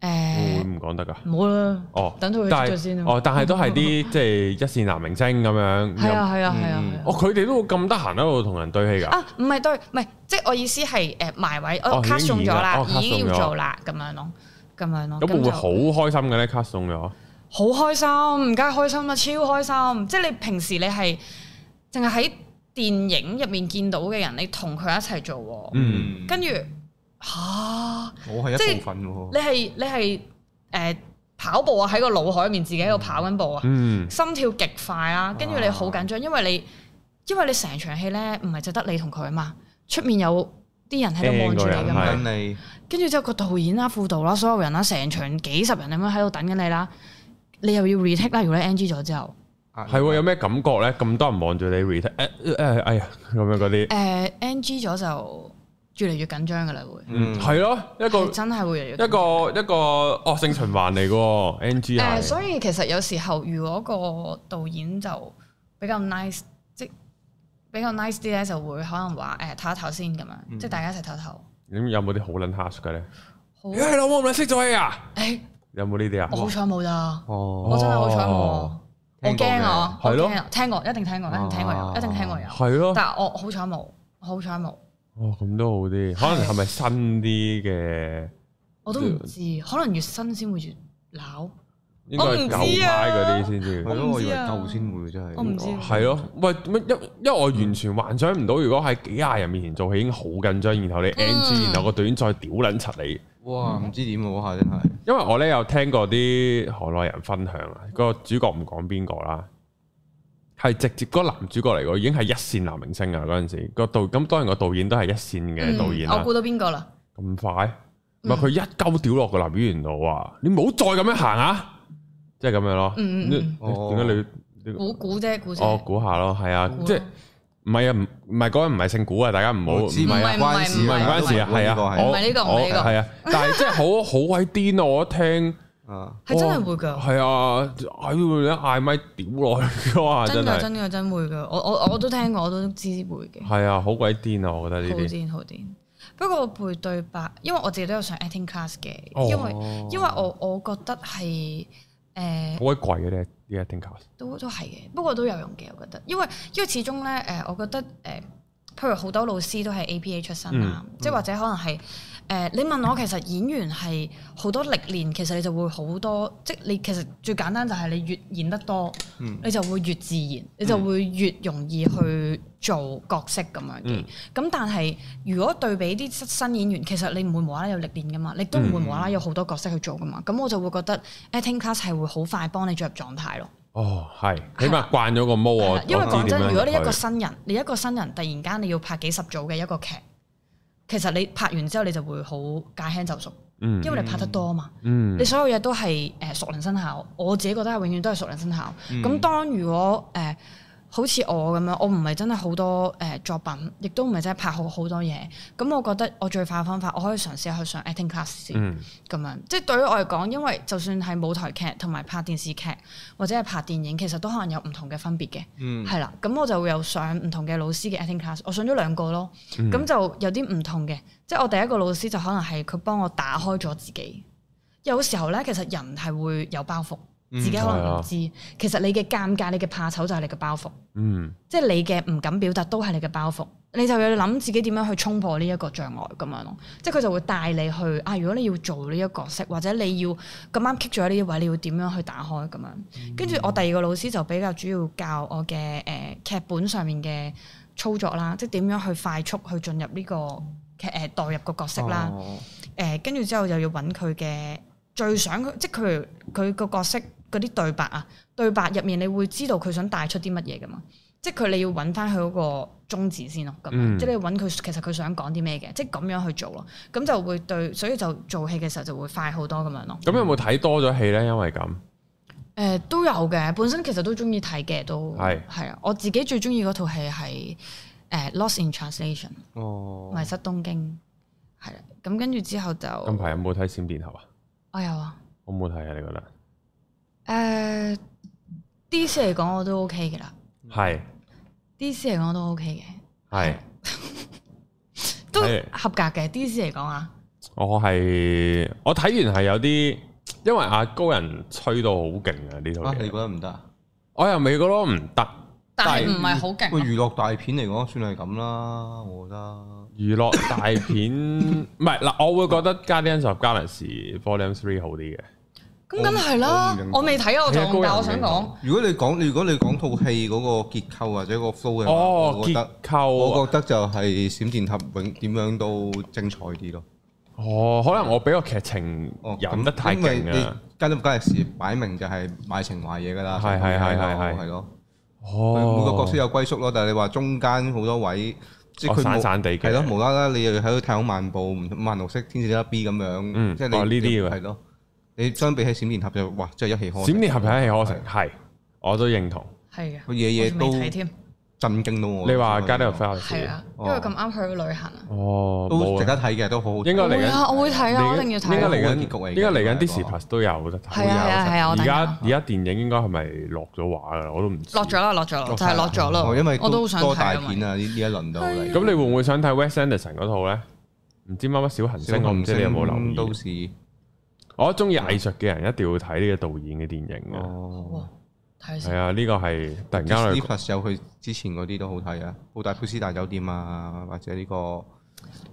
嗯
嘅，
㗎？會
誒
唔講得㗎？
唔好啦，
哦，
等到佢
但
出
係
咗先啊
哦，但係都係啲即係一線男明星咁樣。
係啊係啊係啊
嗯
係啊
有。哦，佢哋都咁得閒喺度同人對戲㗎。
啊，唔係對，唔係即係我意思係誒埋位，
哦
我
已
cast
經
中咗啦
演，啦哦
已經
cast
要
中咗
做啦，咁樣咯，咁樣咯。
咁會唔會
就
好開心嘅咧？cast 中咗，
好開心，梗係開心啦，啊超開心！即係你平時你係淨係喺電影入面見到嘅人，你同佢一齊做喎，
嗯，
跟住吓，
我係一部分喎，
你係你係誒、呃跑步啊，喺個腦海入面自己喺度跑緊步啊，
嗯，
心跳極快啦，跟住你好緊張，因為你因為你成場戲咧唔係就得你同佢啊嘛，出面有啲人喺度望住你
聽
㗎
過
嘛
人。
等你
跟住之後個導演啦、副導啦、所有人啦，成場幾十人咁樣喺度等緊你啦，你又要 retake 啦，如果你 NG 咗之後，
係喎，有咩感覺咧？咁多人望住你 re 誒誒，哎呀，咁樣嗰啲
誒、，NG 咗就越嚟越緊張噶啦，會
嗯，係咯，一個
係真係會越嚟越
一個一個惡性循環嚟嘅喎，NG
誒、
係。
所以其實有時候如果個導演就比較 nice，即比較 nice 啲咧，就會可能話誒唞一唞先咁樣，
嗯
即係大家一齊唞一唞。
咁有冇啲好撚 harsh 嘅咧？
好
你老母唔撚識做戲啊！
誒，
有冇呢啲啊
我？好彩冇咋，
哦，
我真係好彩冇
哦。
我驚啊！我
聽過嘅
驚啊！聽過，一定聽過，一定聽過
哦
有，一定聽過有。
係咯，
但係我好彩冇，我好彩冇，
哦咁都好啲，可能係咪新啲嘅？
我都唔知，可能越新先會越鬧。
應該係舊派嗰啲先至
係。咯，我以為舊先會真係，
我唔知
係咯，喂，乜因因為我完全幻想唔到，如果喺幾廿人面前做戲已經好緊張，然後你 NG，然後個導演再屌撚柒你。
哇，唔知點喎，嗰下真係，
因為我咧有聽過啲河內人分享啊，個主角唔講邊個啦，係直接嗰個男主角嚟嘅，已經係一線男明星啊嗰陣時，個導咁當然個導演都係一線嘅導演啊
嗯我
啦，
估到邊個啦？
咁、快，唔係佢一鳩屌落個男演員度啊！你唔好再咁樣行啊，即係咁樣咯。
嗯嗯嗯
哦
你點解你？你
估估啫，估啫。
我估下咯，係啊
估，咯
即係唔係啊？唔唔係嗰人唔係姓古啊，大家唔好
我
唔
知唔
係啊。
係關
唔
事，
係唔關事啊，係啊，
唔係呢個唔係呢個
係啊，但係真係好好鬼癲啊！我一 聽
啊，
係真係會㗎，
係啊，嗌佢一嗌咪屌落去哇！
真
真
㗎
係
真㗎真會㗎。我我我都聽過，我都知會嘅。
係啊，好鬼癲啊！我覺得呢
好
啲
癲好癲。不過我背對白，因為我自己都有上 acting class 嘅，
哦
因為因為我我覺得係誒
好鬼貴嘅呢啲 acting class。
都都係嘅，不過都有用嘅，我覺得，因為因為始終咧誒，我覺得誒。譬如好多老師都係 APA 出身啦，即係或者可能係誒、你問我其實演員係好多歷練，其實你就會好多，即係你其實最簡單就係你越演得多，
嗯
你就會越自然，你就會越容易去做角色咁樣嘅。咁、
嗯
但係如果對比啲新演員，其實你唔會無啦啦有歷練噶嘛，你都唔會無啦啦有好多角色去做噶嘛。咁我就會覺得 acting class 係會好快幫你進入狀態咯。
哦，係，起碼慣咗個毛
啊係
我
啦，因為
我知
講真，
點樣
如果你一個
入去
新人，你一個新人突然間你要拍幾十組嘅一個劇，其實你拍完之後你就會好駕輕就熟，
嗯
因為你拍得多嘛，
嗯
你所有嘢都係誒熟能生巧。我自己覺得係永遠都係熟能生巧。
嗯
咁、當如果誒、呃好似我咁樣，我唔係真係好多誒、呃作品，亦都唔係真係拍好好多嘢。咁我覺得我最快嘅方法，我可以嘗試去上 acting class 先。
嗯
咁樣，即係對於我嚟講，因為就算係舞台劇同埋拍電視劇或者係拍電影，其實都可能有唔同嘅分別嘅，
嗯
係啦、咁我就會有上唔同嘅老師嘅 acting class，我上咗兩個咯，
嗯
咁、就有啲唔同嘅。即係我第一個老師就可能係佢幫我打開咗自己。有時候咧，其實人係會有包袱，
嗯
自己可
係
能
啊
唔知。其實你嘅尷尬、你嘅怕醜就係你嘅包袱，
嗯
即係你嘅唔敢表達都係你嘅包袱。你就要諗自己點樣去衝破呢一個障礙咁樣咯，即係佢就會帶你去啊！如果你要做呢一個角色，或者你要咁啱棘咗喺呢一位，你要點樣去打開咁樣？跟住我第二個老師就比較主要教我嘅誒、呃、劇本上面嘅操作啦，即係點樣去快速去進入呢、個劇誒、呃代入個角色啦。
哦
誒，呃跟住之後又要揾佢嘅最想佢，即係佢佢個角色嗰啲對白啊，對白入面你會知道佢想帶出啲乜嘢噶嘛？即係佢你要揾翻佢嗰個宗旨先咯，咁樣、
嗯
即係你要揾佢其實佢想講啲咩嘅，即係咁樣去做咯，咁就會對，所以就做戲嘅時候就會快好多咁樣咯。
咁有冇睇多咗戲咧？因為咁，
誒、都有嘅，本身其實都中意睇嘅都
係
係啊，我自己最中意嗰套戲係誒《Lost in Translation》
哦，
迷失東京，係啦，咁跟住之後就
近排有冇睇閃電俠啊？
我有啊。
好唔好睇啊？你覺得？
誒 DC 呃嚟講我都 OK 嘅啦
嗯
係
，DC 嚟講都 OK 嘅，
係，
都
係
合格嘅。DC 嚟講啊，
我係我睇完係有啲，因為阿高人吹到好勁啊呢套
啊，你覺
嘢，
得唔得啊？
我又未覺得唔得。但
但係
係
唔係好勁啊
喂，
咯。
娛樂大片嚟講，算係咁啦，我覺得。
娛樂大 片唔係嗱，我會覺
嗯
得《Guardians of Galaxy Volume Three》好啲嘅。
咁梗係啦
我唔認，同
我未睇啊，我
係啊高
就
人
但我想
唔認
講，
如果你講，如果你講套戲嗰個結構或者個 flow 嘅話，
哦，
嗯我覺
結
得
構
我覺得就係閃電俠永點樣都精彩啲咯。
哦，可能我俾個劇情
哦，
引得太
咁因為
勁
你
啊。
加唔加事擺明就係賣情懷嘢㗎啦。
係係係係係
係咯。
哦，
每個角色有歸宿咯，但係你話中間好多位，即係
哦
佢
散
冇
散地嘅
係咯，無啦啦你又要喺度太空漫步，唔五顏六色，天使得一 B 咁
嗯
樣，即係你
哦呢啲嘅
係咯。你相比起閃電俠就哇，真係一氣呵
閃
成，
電俠係一氣呵成，係我都認同。
係嘅，啊
佢嘢
我
嘢
仲未睇
都
添，
震驚到我。
你話《
真係
Guardians of Galaxy》
係啊，
哦
因為咁啱去咗旅行啊。
哦，
都
冇
值
啊。
得睇嘅，都好好睇。
應該嚟
會
緊
啊，我會睇啊，我一定要
應該
應
睇
該
啊。
嚟緊
好嘅結局嚟嘅
應該嚟緊
呢個
Disney Plus 都有得睇。
係啊係啊係啊，我
而
等緊
家
啊
而家電影應該係咪落咗畫㗎啦？我都唔知。
落咗啦，落咗啦，就係落咗
哦
啦。
因為
我都好
都
想
多大
睇啊
片
嘛。
啊！呢呢一輪都嚟。
咁你會唔會想睇 Wes Anderson 嗰套咧？唔知乜乜小行星，我唔知你有冇留
都
意。啊
市
我中意藝術嘅人一定要睇呢個導演嘅電影嘅。
哦。
哇睇下
係
先，
啊，呢個係突然間嚟
Disney Plus 有佢之前嗰啲都好睇啊，《布達佩斯大酒店》啊，或者呢個《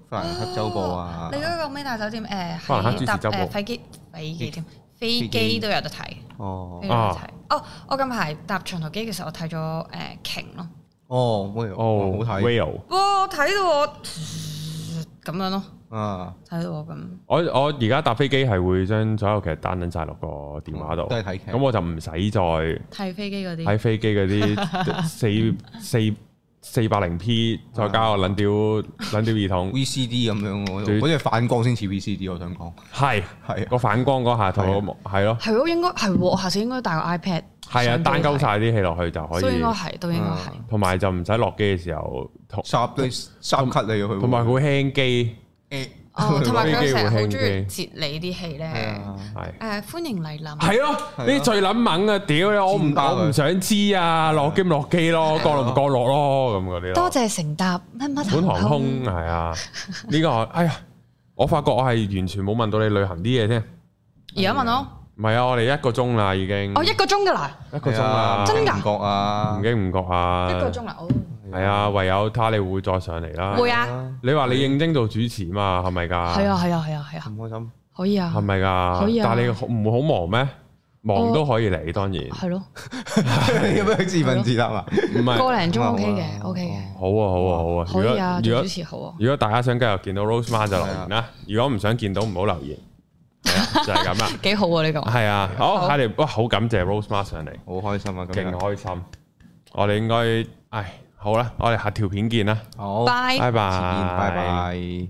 法蘭克州報》啊
你，嗰個咩大酒店誒
可能黑芝
係
士
搭
周末
誒飛機飛機添，飛機都有得睇。
哦
呢個有
啊
睇哦，我近排搭長途機嘅時候，我睇咗誒瓊咯，
哦，喂，
哦
哦，好睇
Whale。
哇！我睇到我咁樣咯，
啊，
睇到我咁，
我我而家搭飛機係會將所有劇單撚晒落個電話度，
哦都係睇劇
咁我就唔使再
睇飛機嗰
喺
啲，
飛機嗰啲四四四百零 P，再加個撚屌撚屌耳筒，
VCD 咁樣喎，
最
嗰只反光先似 VCD，我想講，
係
係啊，
個反光嗰下同我望係咯，
係咯，應該係喎，我下次應該帶個 iPad，
係啊，單鳩晒啊啲戲落去就可
都應該
以，
係，都應該係，
同埋就唔使落機嘅時候，同
霎你霎 cut 你要去，
同埋佢會輕機，
誒
哦，同埋佢成日好
飛機
中
會
意
興
截你啲戲
係
咧，
啊，
係。
誒歡迎嚟臨，
係啊咯，呢啲最撚猛啊！屌你，我唔
尖包佢
我唔想知啊！落機咪落機咯，降落唔降落咯，咁嗰啲咯。
多謝乘搭乜乜
本
航
航
空
空，係啊，呢個哎呀，我發覺我係完全冇問到你旅行啲嘢添。
而家問我，
唔係啊，我哋一個鐘啦已經，
我一個鐘㗎啦，
一個鐘啦，
真㗎
唔覺啊
唔，經唔覺啊，
一個鐘啦，哦，
係啊，唯有睇下你會再上嚟啦。
會啊，
啊，
你話你應徵做主持嘛，係咪㗎？
係，啊，係啊，係啊，係啊，
唔開心，
可以啊
係，咪
可
㗎
以？啊哦
但係你唔會好忙咩？忙都可以嚟，當 然
係咯，
你咁樣自問自答啊，
唔係。
個零鐘
咁啊
OK
好啊
嘅，OK 嘅。
好啊，好啊，好啊！如
可以啊
果，如
做
果
主持好啊。
如果大家想繼續見到 Rose Ma 就留言啦，如果唔想見到唔好留言，係 啊，就係咁啦。
幾好啊！呢個
係啊，好，
好
我哋哇好感謝 Rose Ma 上嚟，
好開心啊，咁
勁
樣，
開心。我哋應該，唉，好啦，我哋下條片見啦，
好，
拜
拜拜，
拜拜。